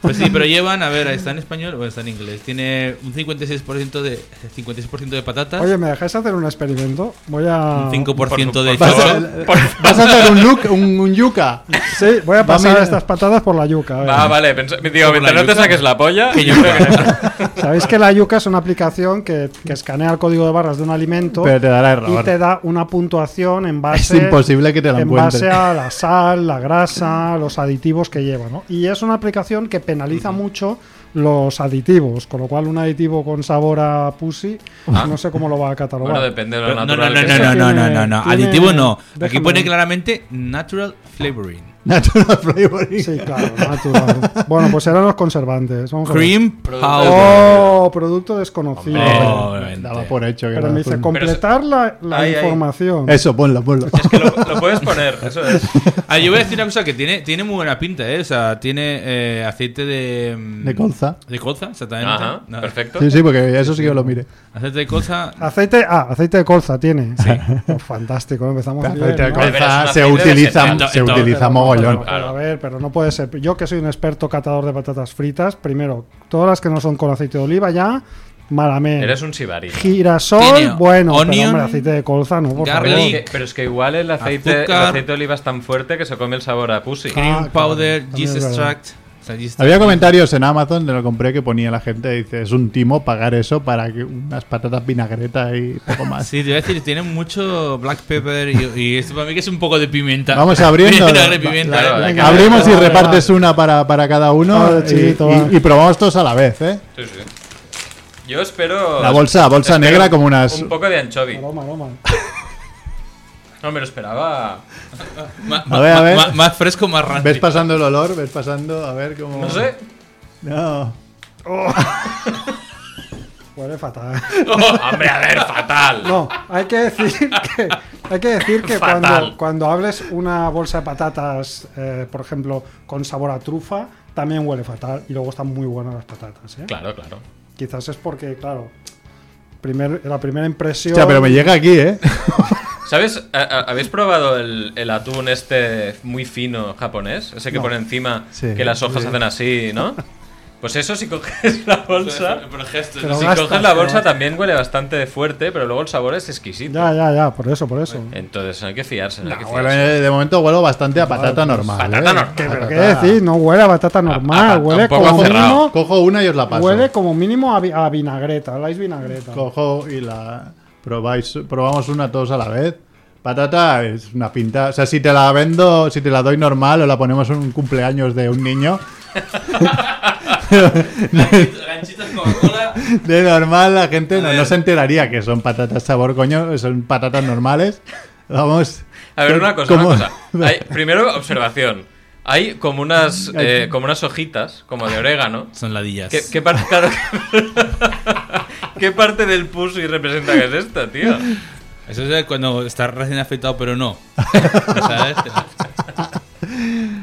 Speaker 1: Pues sí, pero llevan, a ver, está en español o está en inglés. Tiene un 56% de, 56 de patatas,
Speaker 4: Oye, ¿me dejáis hacer un experimento? Voy a...
Speaker 1: un 5% de
Speaker 2: Por
Speaker 3: Vas
Speaker 2: favor,
Speaker 1: chorizo.
Speaker 3: a, vas a hacer un, look, un, un yuca.
Speaker 4: Sí, voy a
Speaker 3: Va,
Speaker 4: pasar
Speaker 3: mira.
Speaker 4: estas patadas por la yuca. a ver.
Speaker 2: Ah, vale. pens- digo,
Speaker 1: Como
Speaker 2: mientras
Speaker 1: la
Speaker 2: no te
Speaker 1: yuca.
Speaker 2: saques la polla.
Speaker 1: Que
Speaker 2: yo creo que
Speaker 4: Sabéis que la yuca es una aplicación que, que escanea el código de barras de un alimento
Speaker 3: Pero te dará
Speaker 4: y
Speaker 3: error.
Speaker 4: te da una puntuación en
Speaker 3: Es
Speaker 4: base
Speaker 3: imposible que te la
Speaker 4: en base
Speaker 3: encuentres.
Speaker 4: a la sal, la grasa, los aditivos que lleva, ¿no? Y es una aplicación que penaliza mucho los aditivos, con lo cual un aditivo con sabor a pussy,
Speaker 2: Ah.
Speaker 4: no sé cómo lo va a catalogar.
Speaker 2: Bueno, depende de lo
Speaker 1: Pero No, no, no,
Speaker 2: natural. ¿eh?
Speaker 1: no,
Speaker 2: que sea.
Speaker 1: no, no, no, no, no,
Speaker 4: Tiene-
Speaker 1: Aditivo no. Aquí
Speaker 4: déjame.
Speaker 1: pone claramente natural flavoring.
Speaker 3: Natural flavoring.
Speaker 4: Sí, claro, natural. bueno, pues eran los conservantes. Vamos a ver.
Speaker 1: Cream
Speaker 2: Producto
Speaker 1: powder.
Speaker 4: Oh, producto desconocido.
Speaker 2: Hombre.
Speaker 1: Obviamente.
Speaker 3: Daba por hecho que
Speaker 4: Pero
Speaker 3: era
Speaker 4: me dice
Speaker 3: azul.
Speaker 4: completar la, la
Speaker 2: Ahí, ahí.
Speaker 4: información.
Speaker 3: Eso, ponlo, ponlo.
Speaker 2: Es que lo, lo puedes poner, eso es.
Speaker 1: Ah, yo voy a decir una cosa que tiene, tiene muy buena pinta, ¿eh? O sea, tiene eh, aceite de... mm,
Speaker 3: De colza.
Speaker 1: De colza, exactamente.
Speaker 2: Ajá,
Speaker 1: No,
Speaker 2: perfecto.
Speaker 3: Sí, sí, porque eso sí que lo mire.
Speaker 1: Aceite de colza...
Speaker 4: Aceite, ah, aceite de colza tiene. Oh, fantástico, empezamos bien,
Speaker 3: Aceite de
Speaker 4: ¿no?
Speaker 2: Pero es un
Speaker 3: colza
Speaker 2: aceite
Speaker 3: se
Speaker 2: de
Speaker 3: utiliza,
Speaker 1: 70,
Speaker 3: se
Speaker 1: entonces-
Speaker 3: utiliza
Speaker 4: Pero,
Speaker 3: mogollón.
Speaker 4: pero, pero, A ver, pero no puede ser. Yo que soy un experto catador de patatas fritas, primero, todas las que no son con aceite de oliva ya, malamé.
Speaker 2: Eres un sibari.
Speaker 4: Girasol,
Speaker 1: Tiene
Speaker 4: bueno,
Speaker 1: onion,
Speaker 4: pero hombre, aceite de colza no, por
Speaker 2: Pero es,
Speaker 1: garlic,
Speaker 4: favor.
Speaker 2: que, pero es que igual el aceite, el
Speaker 1: Azúcar.
Speaker 2: aceite de oliva es tan fuerte que se come el sabor a pussy.
Speaker 4: Ah, claro,
Speaker 1: powder,
Speaker 4: también
Speaker 1: yeast
Speaker 4: es verdad.
Speaker 1: extract. o sea, yeast
Speaker 3: Había comentarios en Amazon, de lo compré, que ponía la gente, dice, es un timo pagar eso para que unas patatas vinagreta y poco más.
Speaker 1: Sí, te iba a decir, tiene mucho black pepper y, y esto para mí que es un poco de pimienta.
Speaker 3: Vamos abriendo.
Speaker 1: Vinagre, pimienta.
Speaker 2: Claro,
Speaker 1: ¿eh?
Speaker 2: hay que-
Speaker 3: Abrimos y
Speaker 4: Vale,
Speaker 3: repartes una para, para cada uno
Speaker 4: Vale,
Speaker 3: y-
Speaker 4: chiquito,
Speaker 3: y,
Speaker 4: va.
Speaker 3: y probamos todos a la vez, ¿eh?
Speaker 2: Sí, sí. Yo espero.
Speaker 3: La bolsa, bolsa
Speaker 2: espero
Speaker 3: negra como unas-
Speaker 2: Un poco de anchovy.
Speaker 4: Aroma, aroma.
Speaker 2: No me lo esperaba.
Speaker 1: Ma-
Speaker 3: A
Speaker 1: ma-
Speaker 3: ver, a ver.
Speaker 1: ma- más fresco, más rancio.
Speaker 3: ¿Ves pasando el olor? ¿Ves pasando? A ver cómo...
Speaker 2: No sé.
Speaker 3: No.
Speaker 4: Huele fatal.
Speaker 2: Hombre, a ver, fatal.
Speaker 4: No, hay que decir que, hay que, decir que
Speaker 2: Fatal.
Speaker 4: cuando, cuando hables una bolsa de patatas, eh, por ejemplo, con sabor a trufa, también huele fatal y luego están muy buenas las patatas. ¿eh?
Speaker 2: Claro, claro.
Speaker 4: Quizás es porque, claro, primer, la primera impresión.
Speaker 3: Hostia, pero me llega aquí, ¿eh?
Speaker 2: ¿Sabes? A- a- ¿Habéis probado el, el atún este muy fino japonés? Ese que
Speaker 4: No.
Speaker 2: pone encima
Speaker 3: Sí,
Speaker 2: que las hojas
Speaker 3: sí.
Speaker 2: hacen así, ¿no? Pues eso, si coges la bolsa.
Speaker 1: Por el gesto,
Speaker 4: Pero
Speaker 1: no sé.
Speaker 2: Si
Speaker 4: gastas,
Speaker 2: coges la
Speaker 4: ¿no?
Speaker 2: bolsa también huele bastante fuerte, pero luego el sabor es exquisito.
Speaker 4: Ya, ya, ya, por eso, por eso.
Speaker 2: Entonces hay que fiarse. hay que
Speaker 3: Bueno,
Speaker 2: fiarse.
Speaker 3: eh, de momento huelo bastante a patata normal.
Speaker 2: Patata
Speaker 3: ¿eh?
Speaker 2: normal.
Speaker 4: ¿Qué, pero qué
Speaker 3: Patata.
Speaker 4: decir? No huele a batata normal,
Speaker 2: a-
Speaker 4: huele
Speaker 2: tampoco
Speaker 4: como
Speaker 2: cerrado.
Speaker 4: mínimo,
Speaker 3: Cojo una y os la paso.
Speaker 4: huele como mínimo a, vi- a vinagreta, la vinagreta.
Speaker 3: Cojo y la probáis, probamos una todos a la vez. Patata es una pinta. O sea, si te la vendo, si te la doy normal o la ponemos en un cumpleaños de un niño,
Speaker 1: Ganchitos Coca-Cola.
Speaker 3: de normal la gente no,
Speaker 1: ver.
Speaker 3: no se enteraría que son patatas sabor coño, son patatas normales. Vamos.
Speaker 2: A ver,
Speaker 3: que-
Speaker 2: una cosa,
Speaker 3: como-
Speaker 2: una cosa. Hay- primero, observación. Hay como unas, eh, como unas hojitas, como de orégano,
Speaker 1: Son ladillas.
Speaker 2: que, que par- claro, ¿Qué parte del pussy representa que es esta, tío?
Speaker 1: Eso es de cuando estás recién afectado, pero no. ¿Sabes?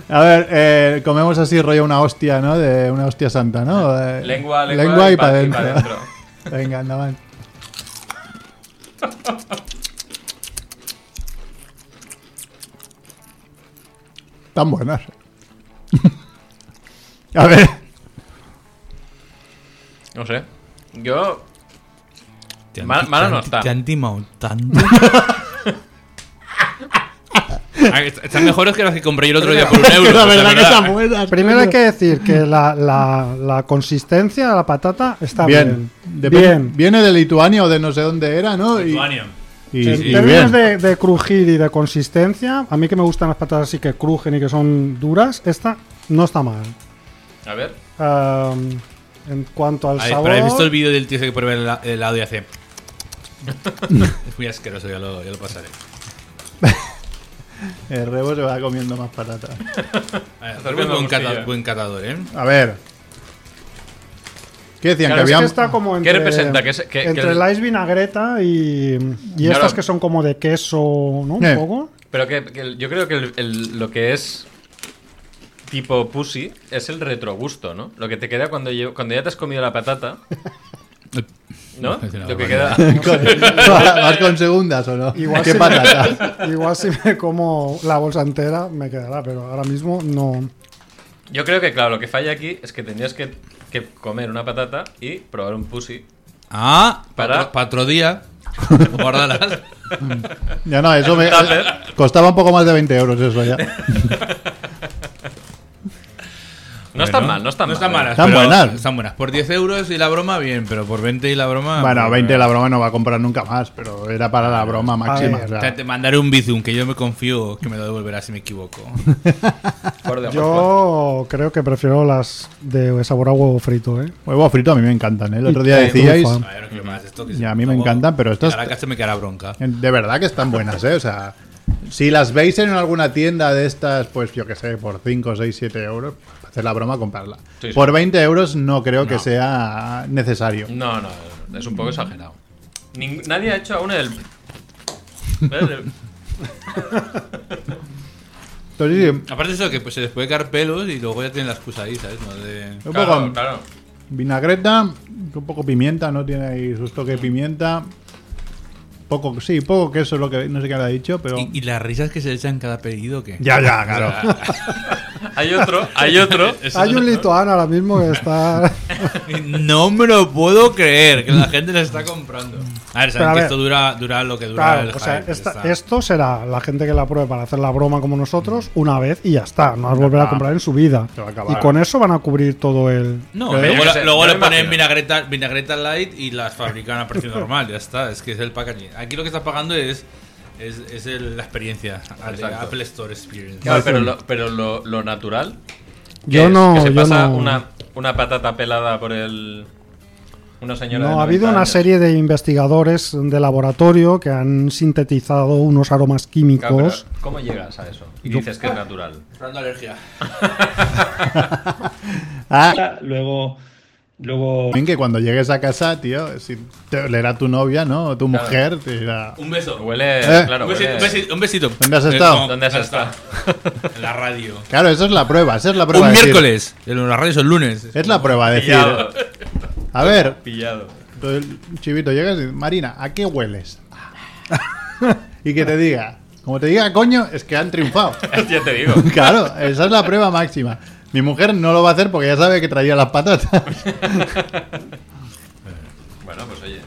Speaker 3: A ver, eh, comemos así rollo una hostia, ¿no? De una hostia santa, ¿no? Eh,
Speaker 2: Lengua, lengua,
Speaker 3: y
Speaker 2: y pa-
Speaker 3: para
Speaker 2: y pa'
Speaker 3: adentro. Venga, anda, van. Tan buenas. A ver,
Speaker 2: No sé. Yo.
Speaker 1: Te
Speaker 2: Mal- mala no
Speaker 1: te-
Speaker 2: está.
Speaker 1: Te han timado tanto. Ah, est- Están mejores que las que compré yo el otro día por un euro.
Speaker 2: pues,
Speaker 1: o
Speaker 3: la
Speaker 1: sea,
Speaker 3: verdad que
Speaker 1: ¿verdad?
Speaker 3: están buenas.
Speaker 4: Primero hay que decir que la, la- la consistencia de la patata está
Speaker 3: Bien.
Speaker 4: bien.
Speaker 3: Depende- Viene de Lituania o de no sé dónde era, ¿no? Y-
Speaker 1: Lituania.
Speaker 3: Y,
Speaker 4: en
Speaker 3: y
Speaker 4: términos
Speaker 3: bien.
Speaker 4: de, de crujir y de consistencia, a mí que me gustan las patatas así que crujen y que son duras, esta no está mal.
Speaker 2: A ver.
Speaker 4: Ehm, en cuanto al
Speaker 1: A ver,
Speaker 4: sabor,
Speaker 1: pero he visto el vídeo del tío que prueba el la- el helado y hace. es muy asqueroso, ya lo, ya lo pasaré.
Speaker 3: El rebo se va comiendo más patatas.
Speaker 1: A ver,
Speaker 2: Estás
Speaker 1: buen,
Speaker 2: viendo
Speaker 1: cata-
Speaker 2: costilla.
Speaker 1: buen catador, ¿eh?
Speaker 3: A ver. ¿Qué decían?
Speaker 2: Claro,
Speaker 3: que
Speaker 4: es que
Speaker 3: habían...
Speaker 4: está como entre,
Speaker 2: representa? ¿Qué es- qué-
Speaker 4: entre
Speaker 2: qué-
Speaker 4: la ice vinagreta y, y
Speaker 2: Claro.
Speaker 4: estas que son como de queso, ¿no? Un
Speaker 3: Eh.
Speaker 4: poco.
Speaker 2: Pero que, que el- yo creo que el- el- lo que es tipo pussy es el retrogusto, ¿no? Lo que te queda cuando, lle- cuando ya te has comido la patata. ¿No?
Speaker 1: Es una
Speaker 2: Lo que queda.
Speaker 1: barbaridad.
Speaker 3: ¿Vas con segundas o no?
Speaker 4: Igual
Speaker 3: ¿Qué
Speaker 4: si
Speaker 3: patatas?
Speaker 4: Igual si me como la bolsa entera me quedará, pero ahora mismo no.
Speaker 2: Yo creo que, claro, lo que falla aquí es que tendrías que, que comer una patata y probar un pussy.
Speaker 1: Ah,
Speaker 2: Para-
Speaker 1: para otro día. Guárdalas.
Speaker 3: Ya no, eso me...
Speaker 2: Tupper.
Speaker 3: Costaba un poco más de 20 euros eso ya.
Speaker 2: No está mal, no está
Speaker 1: No
Speaker 2: mal. ¿eh?
Speaker 1: están malas.
Speaker 3: Están
Speaker 1: pero
Speaker 3: buenas.
Speaker 1: Están buenas. Por 10 euros y la broma, bien. Pero por 20 y la
Speaker 4: Ah,
Speaker 1: broma.
Speaker 3: Bueno,
Speaker 1: pues,
Speaker 3: 20 la broma no va a comprar nunca más, pero era para la broma máxima.
Speaker 4: ver,
Speaker 3: o sea.
Speaker 1: Te, te mandaré un bizum que yo me confío que me lo devolverá si me equivoco.
Speaker 2: Por debajo.
Speaker 4: Yo creo que prefiero las de sabor a huevo frito, ¿eh?
Speaker 3: Huevo frito a mí me encantan, ¿eh? El otro día
Speaker 4: Y
Speaker 3: decíais...
Speaker 4: trufa.
Speaker 1: A ver, no quiero más de esto. Que
Speaker 3: Y
Speaker 1: se-
Speaker 3: a mí me
Speaker 1: no,
Speaker 3: encantan, pero estas-
Speaker 1: Ahora casi me quedará bronca.
Speaker 3: De verdad que están buenas, ¿eh? O sea, si las veis en alguna tienda de estas, pues yo que sé, por 5, 6, 7 euros, para hacer la broma, comprarla.
Speaker 2: Sí, sí.
Speaker 3: Por 20 euros no creo que
Speaker 2: No.
Speaker 3: sea necesario.
Speaker 2: No, no, es un poco exagerado. Ning- Nadie ha hecho aún el. ¿Eh? el-
Speaker 3: Entonces, sí,
Speaker 1: Aparte, eso que pues, se les puede caer pelos y luego ya tienen la excusa ahí, ¿sabes? No de-
Speaker 3: un poco
Speaker 2: Claro, claro.
Speaker 3: vinagreta, un poco pimienta, ¿no? Tiene ahí sus
Speaker 2: Mm.
Speaker 3: toques de pimienta. Poco, sí, poco queso, lo que no sé qué habrá dicho, pero...
Speaker 1: ¿Y, y las risas que se echan cada pedido que.
Speaker 3: Ya, ya, claro.
Speaker 2: Hay otro, hay otro.
Speaker 4: Hay un lituano ahora mismo que está.
Speaker 1: No me lo puedo creer que la gente las está comprando. A ver,
Speaker 4: Pero
Speaker 1: saben
Speaker 4: a
Speaker 1: que
Speaker 4: ver.
Speaker 1: esto dura, dura lo que dura
Speaker 4: Claro,
Speaker 1: el
Speaker 4: o sea,
Speaker 1: hype,
Speaker 4: esta-
Speaker 1: está.
Speaker 4: esto será la gente que la pruebe para hacer la broma como nosotros una vez y ya está. No las volverá a comprar en su vida.
Speaker 3: Se va a acabar.
Speaker 4: Y con eso van a cubrir todo el.
Speaker 1: No,
Speaker 3: Pero
Speaker 1: luego,
Speaker 2: yo que sé,
Speaker 1: luego
Speaker 2: yo
Speaker 1: le
Speaker 2: me
Speaker 1: ponen
Speaker 2: imagino.
Speaker 1: vinagreta, vinagreta light y las fabrican a precio normal, ya está, es que es el packaging. Aquí lo que estás pagando es, es, es el- la experiencia, al de
Speaker 2: Exacto.
Speaker 1: Apple Store Experience.
Speaker 2: Claro, pero lo, pero lo, lo natural. que
Speaker 4: Yo
Speaker 2: es
Speaker 4: no-
Speaker 2: Que se
Speaker 4: yo
Speaker 2: pasa
Speaker 4: no-
Speaker 2: Una, una patata pelada por el. Una señora. de
Speaker 4: No, ha
Speaker 2: 90
Speaker 4: habido una
Speaker 2: años.
Speaker 4: serie de investigadores de laboratorio que han sintetizado unos aromas
Speaker 2: Claro, pero
Speaker 4: químicos.
Speaker 2: ¿Cómo llegas a eso? Y
Speaker 4: Yo-
Speaker 2: dices que es natural.
Speaker 1: Fernando, alergia.
Speaker 3: Ah,
Speaker 6: luego, luego
Speaker 3: También que cuando llegues a casa, tío, si te olerá tu novia, ¿no? O tu mujer, te dirá.
Speaker 1: Un beso.
Speaker 2: Huele.
Speaker 3: Eh.
Speaker 2: Claro,
Speaker 1: un, besito,
Speaker 2: huele-
Speaker 1: un besito, un besito. Eh,
Speaker 3: ¿Dónde has estado?
Speaker 1: no,
Speaker 2: ¿Dónde has
Speaker 1: ya
Speaker 2: estado?
Speaker 1: está. En la radio.
Speaker 3: Claro, esa es la prueba, esa es la prueba.
Speaker 1: Un
Speaker 3: de decir-
Speaker 1: miércoles. En la radio es el lunes.
Speaker 3: Es la prueba de decir.
Speaker 2: Pillado.
Speaker 3: A ver,
Speaker 2: Pillado.
Speaker 3: tú, el chivito, llegas y Marina, ¿a qué hueles? y que te diga, como te diga, coño, es que han triunfado.
Speaker 2: ya te digo.
Speaker 3: claro, esa es la prueba máxima. Mi mujer no lo va a hacer porque ya sabe que traía las patatas.
Speaker 2: Bueno, pues oye.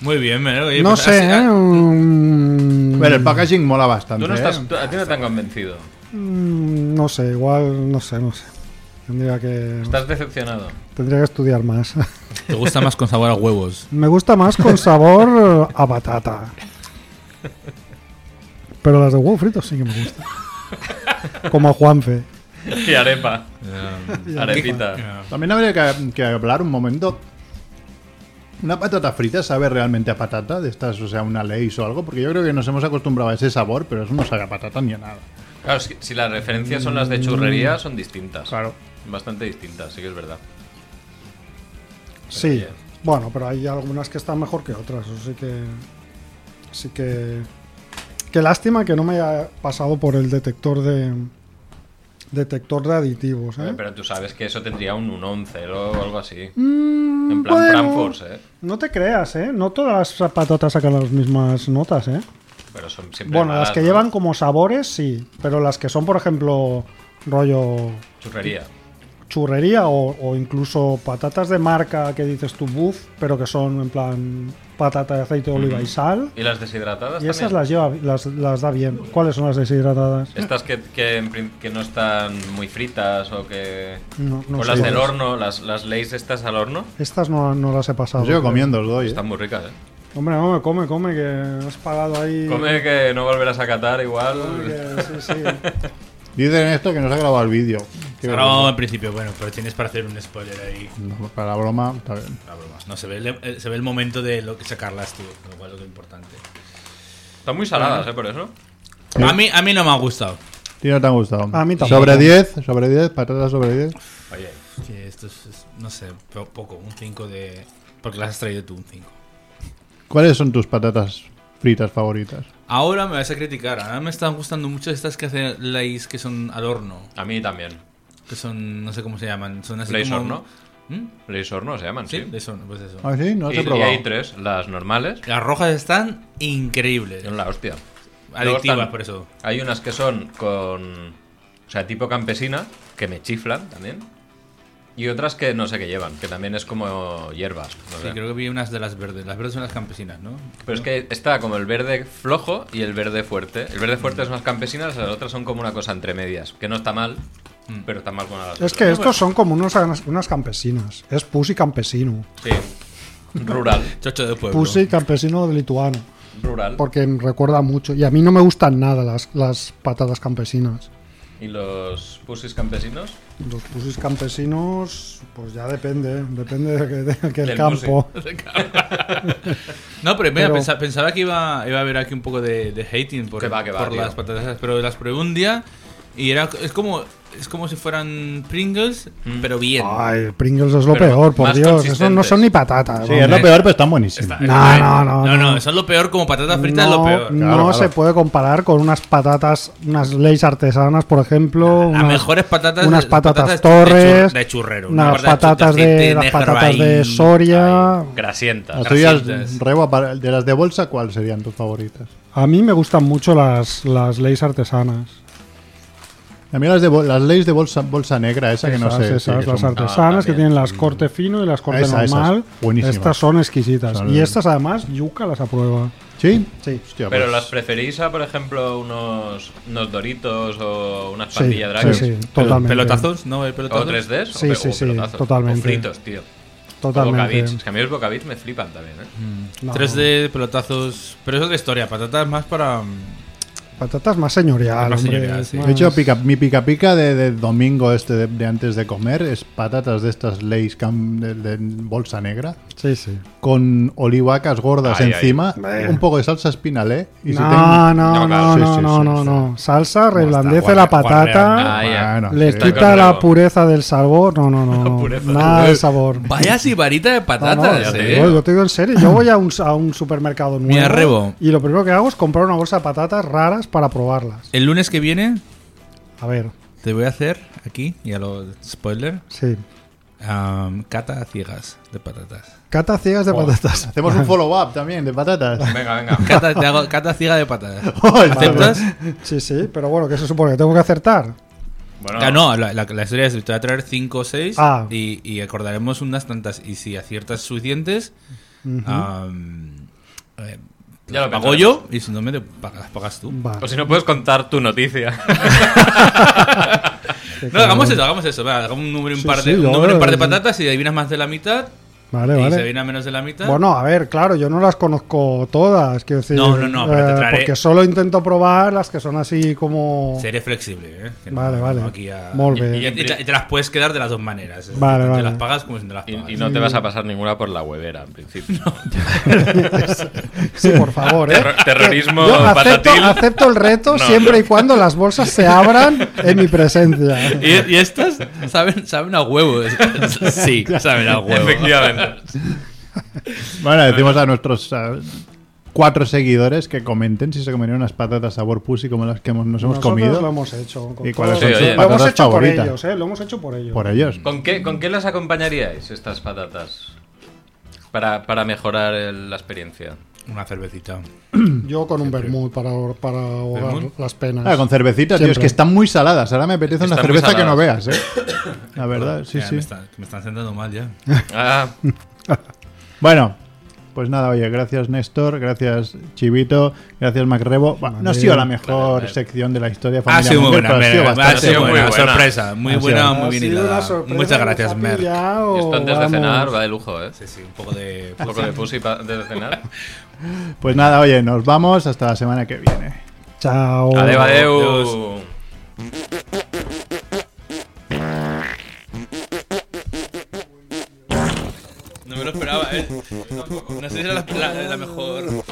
Speaker 1: Muy bien, me oye,
Speaker 4: no
Speaker 1: pues
Speaker 4: sé,
Speaker 1: así-
Speaker 4: ¿eh? Mm,
Speaker 3: Pero el packaging mola bastante.
Speaker 2: Tú no estás,
Speaker 3: ¿eh?
Speaker 2: tú- a ti no te han convencido.
Speaker 4: mm, no sé, igual, no sé, no sé. Tendría que,
Speaker 2: Estás decepcionado.
Speaker 4: tendría que estudiar más.
Speaker 1: Te gusta más con sabor a huevos.
Speaker 4: Me gusta más con sabor a batata. Pero las de huevo frito sí que me gustan. Como a Juanfe.
Speaker 2: Y arepa.
Speaker 1: Um,
Speaker 2: Arepita.
Speaker 3: También habría que, que hablar un momento. ¿Una patata frita sabe realmente a patata? De estas, o sea, una ley o algo. Porque yo creo que nos hemos acostumbrado a ese sabor, pero eso no sabe a patata ni a nada.
Speaker 2: Claro, si, si las referencias son las de churrería, son distintas.
Speaker 3: Claro.
Speaker 2: Bastante distintas, sí que es verdad.
Speaker 4: Sí.
Speaker 2: Oye,
Speaker 4: Bueno, pero hay algunas que están mejor que otras, así que. Así que. Qué lástima que no me haya pasado por el detector de. Detector de aditivos, ¿eh?
Speaker 2: Pero tú sabes que eso tendría un 1-11 o algo así.
Speaker 4: Mm,
Speaker 2: En plan
Speaker 4: bueno,
Speaker 2: Frankfurt, ¿eh?
Speaker 4: No te creas, ¿eh? No todas las patatas sacan las mismas notas, ¿eh?
Speaker 2: Pero son siempre
Speaker 4: Bueno, las
Speaker 2: malas,
Speaker 4: que
Speaker 2: ¿no?
Speaker 4: llevan como sabores, sí. Pero las que son, por ejemplo, rollo
Speaker 2: Churrería.
Speaker 4: churrería o, o incluso patatas de marca que dices tú buff, pero que son en plan patata de aceite de oliva y sal.
Speaker 2: ¿Y las deshidratadas
Speaker 4: Y esas
Speaker 2: también?
Speaker 4: las lleva, las, las da bien. ¿Cuáles son las deshidratadas?
Speaker 2: Estas que, que, en prin- que no están muy fritas o que...
Speaker 4: No, no
Speaker 2: o
Speaker 4: sé.
Speaker 2: las del horno, las, las leis estas al horno.
Speaker 4: Estas no, no las he pasado.
Speaker 3: Yo comiendo os doy. ¿eh?
Speaker 2: Están muy ricas, ¿eh?
Speaker 4: Hombre, no, come, come, que has pagado ahí.
Speaker 2: Come que no volverás a catar
Speaker 4: Come
Speaker 2: igual.
Speaker 4: que- sí, sí.
Speaker 3: Dicen esto que no se ha grabado el vídeo. Qué
Speaker 1: No, al principio, bueno, pero tienes para hacer un spoiler ahí.
Speaker 3: vergüenza. No, para la broma, está bien.
Speaker 1: No, bromas, no se ve, el, eh, se ve el momento de lo que sacarlas tú, lo cual es lo importante.
Speaker 2: Están muy saladas, ¿eh? Por eso.
Speaker 3: ¿Eh?
Speaker 1: A mí, a mí no me ha gustado.
Speaker 3: ¿Y no te han gustado?
Speaker 4: A mí tampoco.
Speaker 3: Sobre 10, sobre 10, patatas sobre 10.
Speaker 2: Oye,
Speaker 1: Que esto es, es- no sé, po- poco, un 5 de... Porque las has traído tú, un 5.
Speaker 3: ¿Cuáles son tus patatas fritas favoritas?
Speaker 1: Ahora me vas a criticar, ahora me están gustando mucho estas que hacen Lays que son al horno,
Speaker 2: a mí también.
Speaker 1: que son, no sé cómo se llaman, son así
Speaker 2: Lays
Speaker 1: como...
Speaker 2: horno.
Speaker 1: ¿Mm?
Speaker 2: Leis horno se llaman,
Speaker 1: Sí,
Speaker 2: sí.
Speaker 1: Lays horno, pues eso.
Speaker 3: Ah, sí, no
Speaker 2: Y,
Speaker 3: las
Speaker 2: y
Speaker 3: he probado.
Speaker 2: hay tres, las normales.
Speaker 1: Las rojas están increíbles,
Speaker 2: Son la hostia. Luego
Speaker 1: adictivas
Speaker 2: están-
Speaker 1: por eso.
Speaker 2: Hay unas que son con. O sea, tipo campesina, que me chiflan también. Y otras que no sé qué llevan, que también es como hierbas. no
Speaker 1: Sí,
Speaker 2: sé.
Speaker 1: creo que vi unas de las verdes, las verdes son las campesinas, ¿no?
Speaker 2: Pero es que está como el verde flojo y el verde fuerte. El verde fuerte son las campesinas, las otras son como una cosa entre medias. Que no está mal,
Speaker 1: Mm.
Speaker 2: pero está mal con las
Speaker 4: Es
Speaker 2: otras.
Speaker 4: que estos son como unos, unas campesinas. Es pussy campesino.
Speaker 2: Sí. Rural.
Speaker 1: Chocho de pueblo.
Speaker 4: Pussy campesino de lituano.
Speaker 2: Rural.
Speaker 4: Porque me recuerda mucho. Y a mí no me gustan nada las, las patatas campesinas.
Speaker 2: ¿Y los pusis campesinos?
Speaker 4: Los pusis campesinos, pues ya depende, ¿eh? depende de que, de que el
Speaker 2: Del
Speaker 4: campo.
Speaker 1: No, pero, mira,
Speaker 4: Pero-
Speaker 1: pensa- pensaba que iba, iba a haber aquí un poco de, de hating por,
Speaker 2: Que va, que va,
Speaker 1: por
Speaker 2: tío.
Speaker 1: las patatas, esas, pero las probé un día y era, es como es como si fueran Pringles,
Speaker 2: Mm.
Speaker 1: pero bien.
Speaker 4: Ay, Pringles es lo
Speaker 2: Pero
Speaker 4: peor, por
Speaker 2: más
Speaker 4: Dios. Eso no son ni patatas.
Speaker 3: Sí,
Speaker 4: vamos.
Speaker 3: es lo peor, pero están buenísimas.
Speaker 1: Está-
Speaker 4: No,
Speaker 1: eh,
Speaker 4: no, no,
Speaker 1: No,
Speaker 4: no.
Speaker 1: eso es lo peor, como patatas fritas
Speaker 4: no,
Speaker 1: es lo peor.
Speaker 4: no
Speaker 3: Claro,
Speaker 4: se
Speaker 3: claro.
Speaker 4: puede comparar con unas patatas, unas leyes artesanas, por ejemplo.
Speaker 1: Las
Speaker 4: unas,
Speaker 1: mejores patatas
Speaker 4: unas
Speaker 1: las
Speaker 4: patatas,
Speaker 1: patatas de
Speaker 4: torres,
Speaker 1: chur- de churrero, una
Speaker 4: unas
Speaker 1: barra de
Speaker 4: patatas de,
Speaker 1: churrasquete,
Speaker 4: las
Speaker 1: negro
Speaker 4: patatas de
Speaker 1: ahí.
Speaker 4: Soria.
Speaker 2: Grasientas.
Speaker 3: Las tuyas,
Speaker 1: grasientas.
Speaker 3: Rebo, para- de las de bolsa, ¿cuáles serían tus favoritas?
Speaker 4: A mí me gustan mucho las, las leyes artesanas.
Speaker 3: A mí las, de, bol- las leyes de bolsa, bolsa negra, esa que no
Speaker 4: esas,
Speaker 3: sé. sí,
Speaker 4: esas,
Speaker 3: que
Speaker 4: las
Speaker 3: son-
Speaker 2: Ah,
Speaker 4: artesanas que
Speaker 2: también.
Speaker 4: tienen las corte fino y las corte
Speaker 3: Esa, esas.
Speaker 4: normal.
Speaker 3: Buenísimas.
Speaker 4: Estas son exquisitas.
Speaker 3: Son-
Speaker 4: Y estas además, Yuka las aprueba.
Speaker 3: ¿Sí?
Speaker 4: Sí.
Speaker 3: Hostia,
Speaker 2: Pero
Speaker 3: pues-
Speaker 2: las preferís a, por ejemplo, unos, unos doritos o unas
Speaker 4: Sí,
Speaker 2: pandillas
Speaker 4: sí,
Speaker 2: dragons.
Speaker 4: sí,
Speaker 1: Pel-
Speaker 4: totalmente.
Speaker 1: pelotazos, ¿no? ¿Hay
Speaker 2: O
Speaker 1: pelotazos?
Speaker 2: 3D,
Speaker 4: Sí, sí, sí, totalmente.
Speaker 2: O fritos, tío. O bocadits. Es
Speaker 4: Totalmente. Mm.
Speaker 2: que a mí los bocadits me flipan también, ¿eh?
Speaker 4: No.
Speaker 1: 3D, pelotazos, pero eso es otra historia, patatas más para... mm,
Speaker 4: Patatas más señorial,
Speaker 1: Más
Speaker 4: hombre,
Speaker 1: señorial,
Speaker 4: es
Speaker 1: sí.
Speaker 4: más-
Speaker 3: De hecho, pica- mi pica pica de, de domingo este de, de antes de comer es patatas de estas Lay's cam- de, de bolsa negra
Speaker 4: Sí, sí.
Speaker 3: con olivacas gordas
Speaker 2: Ay, ay.
Speaker 3: encima, un poco de salsa espinal, ¿eh? Y si
Speaker 4: no,
Speaker 3: tengo-
Speaker 4: no, no,
Speaker 2: No,
Speaker 4: no,
Speaker 2: claro.
Speaker 3: Sí,
Speaker 4: no,
Speaker 3: sí,
Speaker 4: no,
Speaker 3: sí,
Speaker 4: no,
Speaker 3: sí.
Speaker 4: Salsa reblandece
Speaker 1: guarre-
Speaker 4: la patata,
Speaker 2: guarreando. Ah, ya.
Speaker 3: Bueno,
Speaker 4: le
Speaker 3: sí.
Speaker 2: Está
Speaker 4: quita
Speaker 2: con
Speaker 4: la
Speaker 2: huevo.
Speaker 4: pureza del sabor. No, no, no, no.
Speaker 2: pureza
Speaker 4: Nada de sabor. No,
Speaker 1: Vaya sibarita de
Speaker 4: no,
Speaker 1: patatas,
Speaker 4: te
Speaker 1: ¿eh?
Speaker 4: digo, yo te digo en serio, yo voy a un, a un supermercado nuevo
Speaker 1: Mira, Rebo.
Speaker 4: y lo primero que hago es comprar una bolsa de patatas raras para probarlas.
Speaker 1: El lunes que viene
Speaker 4: A ver,
Speaker 1: te voy a hacer aquí, ya lo spoiler,
Speaker 4: sí.
Speaker 1: am, cata a ciegas de patatas.
Speaker 4: Cata ciegas de patatas.
Speaker 3: Hacemos un follow-up también de patatas.
Speaker 2: Venga, venga.
Speaker 1: Cata, te hago cata ciega de patatas.
Speaker 3: Vale.
Speaker 1: ¿Aceptas?
Speaker 4: Sí, sí, pero bueno, ¿qué se supone? ¿Tengo que acertar?
Speaker 2: Bueno,
Speaker 1: Ah, no, la, la- la historia es, te voy a traer 5 o 6
Speaker 4: Ah.
Speaker 1: y, y acordaremos unas tantas. Y si aciertas suficientes, am, eh,
Speaker 2: Ya
Speaker 1: las
Speaker 2: lo
Speaker 1: pago
Speaker 2: pensaremos.
Speaker 1: yo y si no me te pagas, las pagas tú.
Speaker 4: Vale.
Speaker 2: O si no puedes contar tu noticia.
Speaker 4: qué
Speaker 1: No, hagamos
Speaker 4: cabrón.
Speaker 1: eso, hagamos eso. va, hagamos un número
Speaker 4: Sí,
Speaker 1: impar
Speaker 4: sí,
Speaker 1: de, un
Speaker 4: yo-
Speaker 1: número impar de patatas y adivinas más de la mitad.
Speaker 4: Vale,
Speaker 1: Y si
Speaker 4: vale.
Speaker 1: adivinas menos de la mitad.
Speaker 4: Bueno, a ver, claro, yo no las conozco todas, quiero decir. eh,
Speaker 1: No, no, no, pero te traeré-
Speaker 4: Porque solo intento probar las que son así como.
Speaker 1: Seré flexible, ¿eh? Que no-
Speaker 4: Vale,
Speaker 1: no
Speaker 4: vale.
Speaker 1: aquí a-
Speaker 4: Molt
Speaker 1: y,
Speaker 4: bé.
Speaker 1: y- y te, y te las puedes quedar de las dos maneras. ¿eh?
Speaker 4: Vale,
Speaker 1: te
Speaker 4: vale. Mm.
Speaker 1: las pagas como si te las pagas.
Speaker 2: Y, y no te vas a pasar ninguna por la huevera, en principio.
Speaker 4: Sí, por favor, ¿eh?
Speaker 2: Terro- terrorismo
Speaker 4: Yo acepto,
Speaker 2: patatil.
Speaker 4: acepto el reto
Speaker 2: No.
Speaker 4: siempre y cuando las bolsas se abran en mi presencia.
Speaker 1: Y, y estas saben, saben a huevos. Sí, saben a huevos.
Speaker 2: Efectivamente.
Speaker 3: Bueno, decimos a nuestros a, cuatro seguidores que comenten si se comieron unas patatas sabor pussy como las que hemos- nos hemos
Speaker 4: Nosotros
Speaker 3: comido.
Speaker 4: lo hemos hecho. con
Speaker 3: ¿Y cuáles
Speaker 4: todos-
Speaker 2: son sus
Speaker 4: lo hemos
Speaker 3: patatas
Speaker 4: hecho por
Speaker 3: favoritas?
Speaker 4: ellos, ¿eh? Lo hemos hecho por ellos.
Speaker 3: Por ellos.
Speaker 2: ¿Con qué, ¿Con qué las acompañaríais estas patatas? Para, para mejorar el- la experiencia.
Speaker 1: Una cervecita.
Speaker 4: Yo con un vermut para, ahor- para ahogar
Speaker 1: ¿Vermut?
Speaker 4: las penas.
Speaker 3: Ah, con cervecitas, tío, es
Speaker 4: Siempre.
Speaker 3: que están muy saladas. Ahora me apetece una
Speaker 2: Están muy
Speaker 3: cerveza que no
Speaker 2: saladas.
Speaker 3: veas, ¿eh? La verdad, sí,
Speaker 1: Ya,
Speaker 3: sí.
Speaker 1: Me, está- me están sentando mal ya.
Speaker 2: Ah,
Speaker 3: Bueno, pues nada, oye, gracias Néstor, gracias Chivito, gracias Macrebo. Bueno, no ha sido la mejor sección de la historia
Speaker 1: Ha
Speaker 3: familiar.
Speaker 1: sido muy
Speaker 3: Munger,
Speaker 1: buena,
Speaker 3: pero
Speaker 1: Mer. Ha
Speaker 3: bastante
Speaker 1: sido muy buena.
Speaker 2: buena.
Speaker 1: Sorpresa. Muy
Speaker 3: Ha
Speaker 1: buena,
Speaker 3: sido-
Speaker 1: muy
Speaker 4: Ha
Speaker 1: bien
Speaker 4: sido una
Speaker 1: hilada.
Speaker 4: sorpresa,
Speaker 1: Muchas gracias,
Speaker 4: nos ha
Speaker 1: Mer.
Speaker 4: pillado,
Speaker 2: y esto antes
Speaker 4: vamos.
Speaker 2: de cenar va de lujo, ¿eh?
Speaker 1: Sí, sí, un poco de.
Speaker 2: Un poco de pussy pa- antes de cenar.
Speaker 3: Pues nada, oye, nos vamos hasta la semana que viene.
Speaker 4: Chao.
Speaker 2: Adeu,
Speaker 1: Adiós.
Speaker 2: adeu.
Speaker 1: No me lo esperaba, ¿eh? No sé si era la, la- la mejor.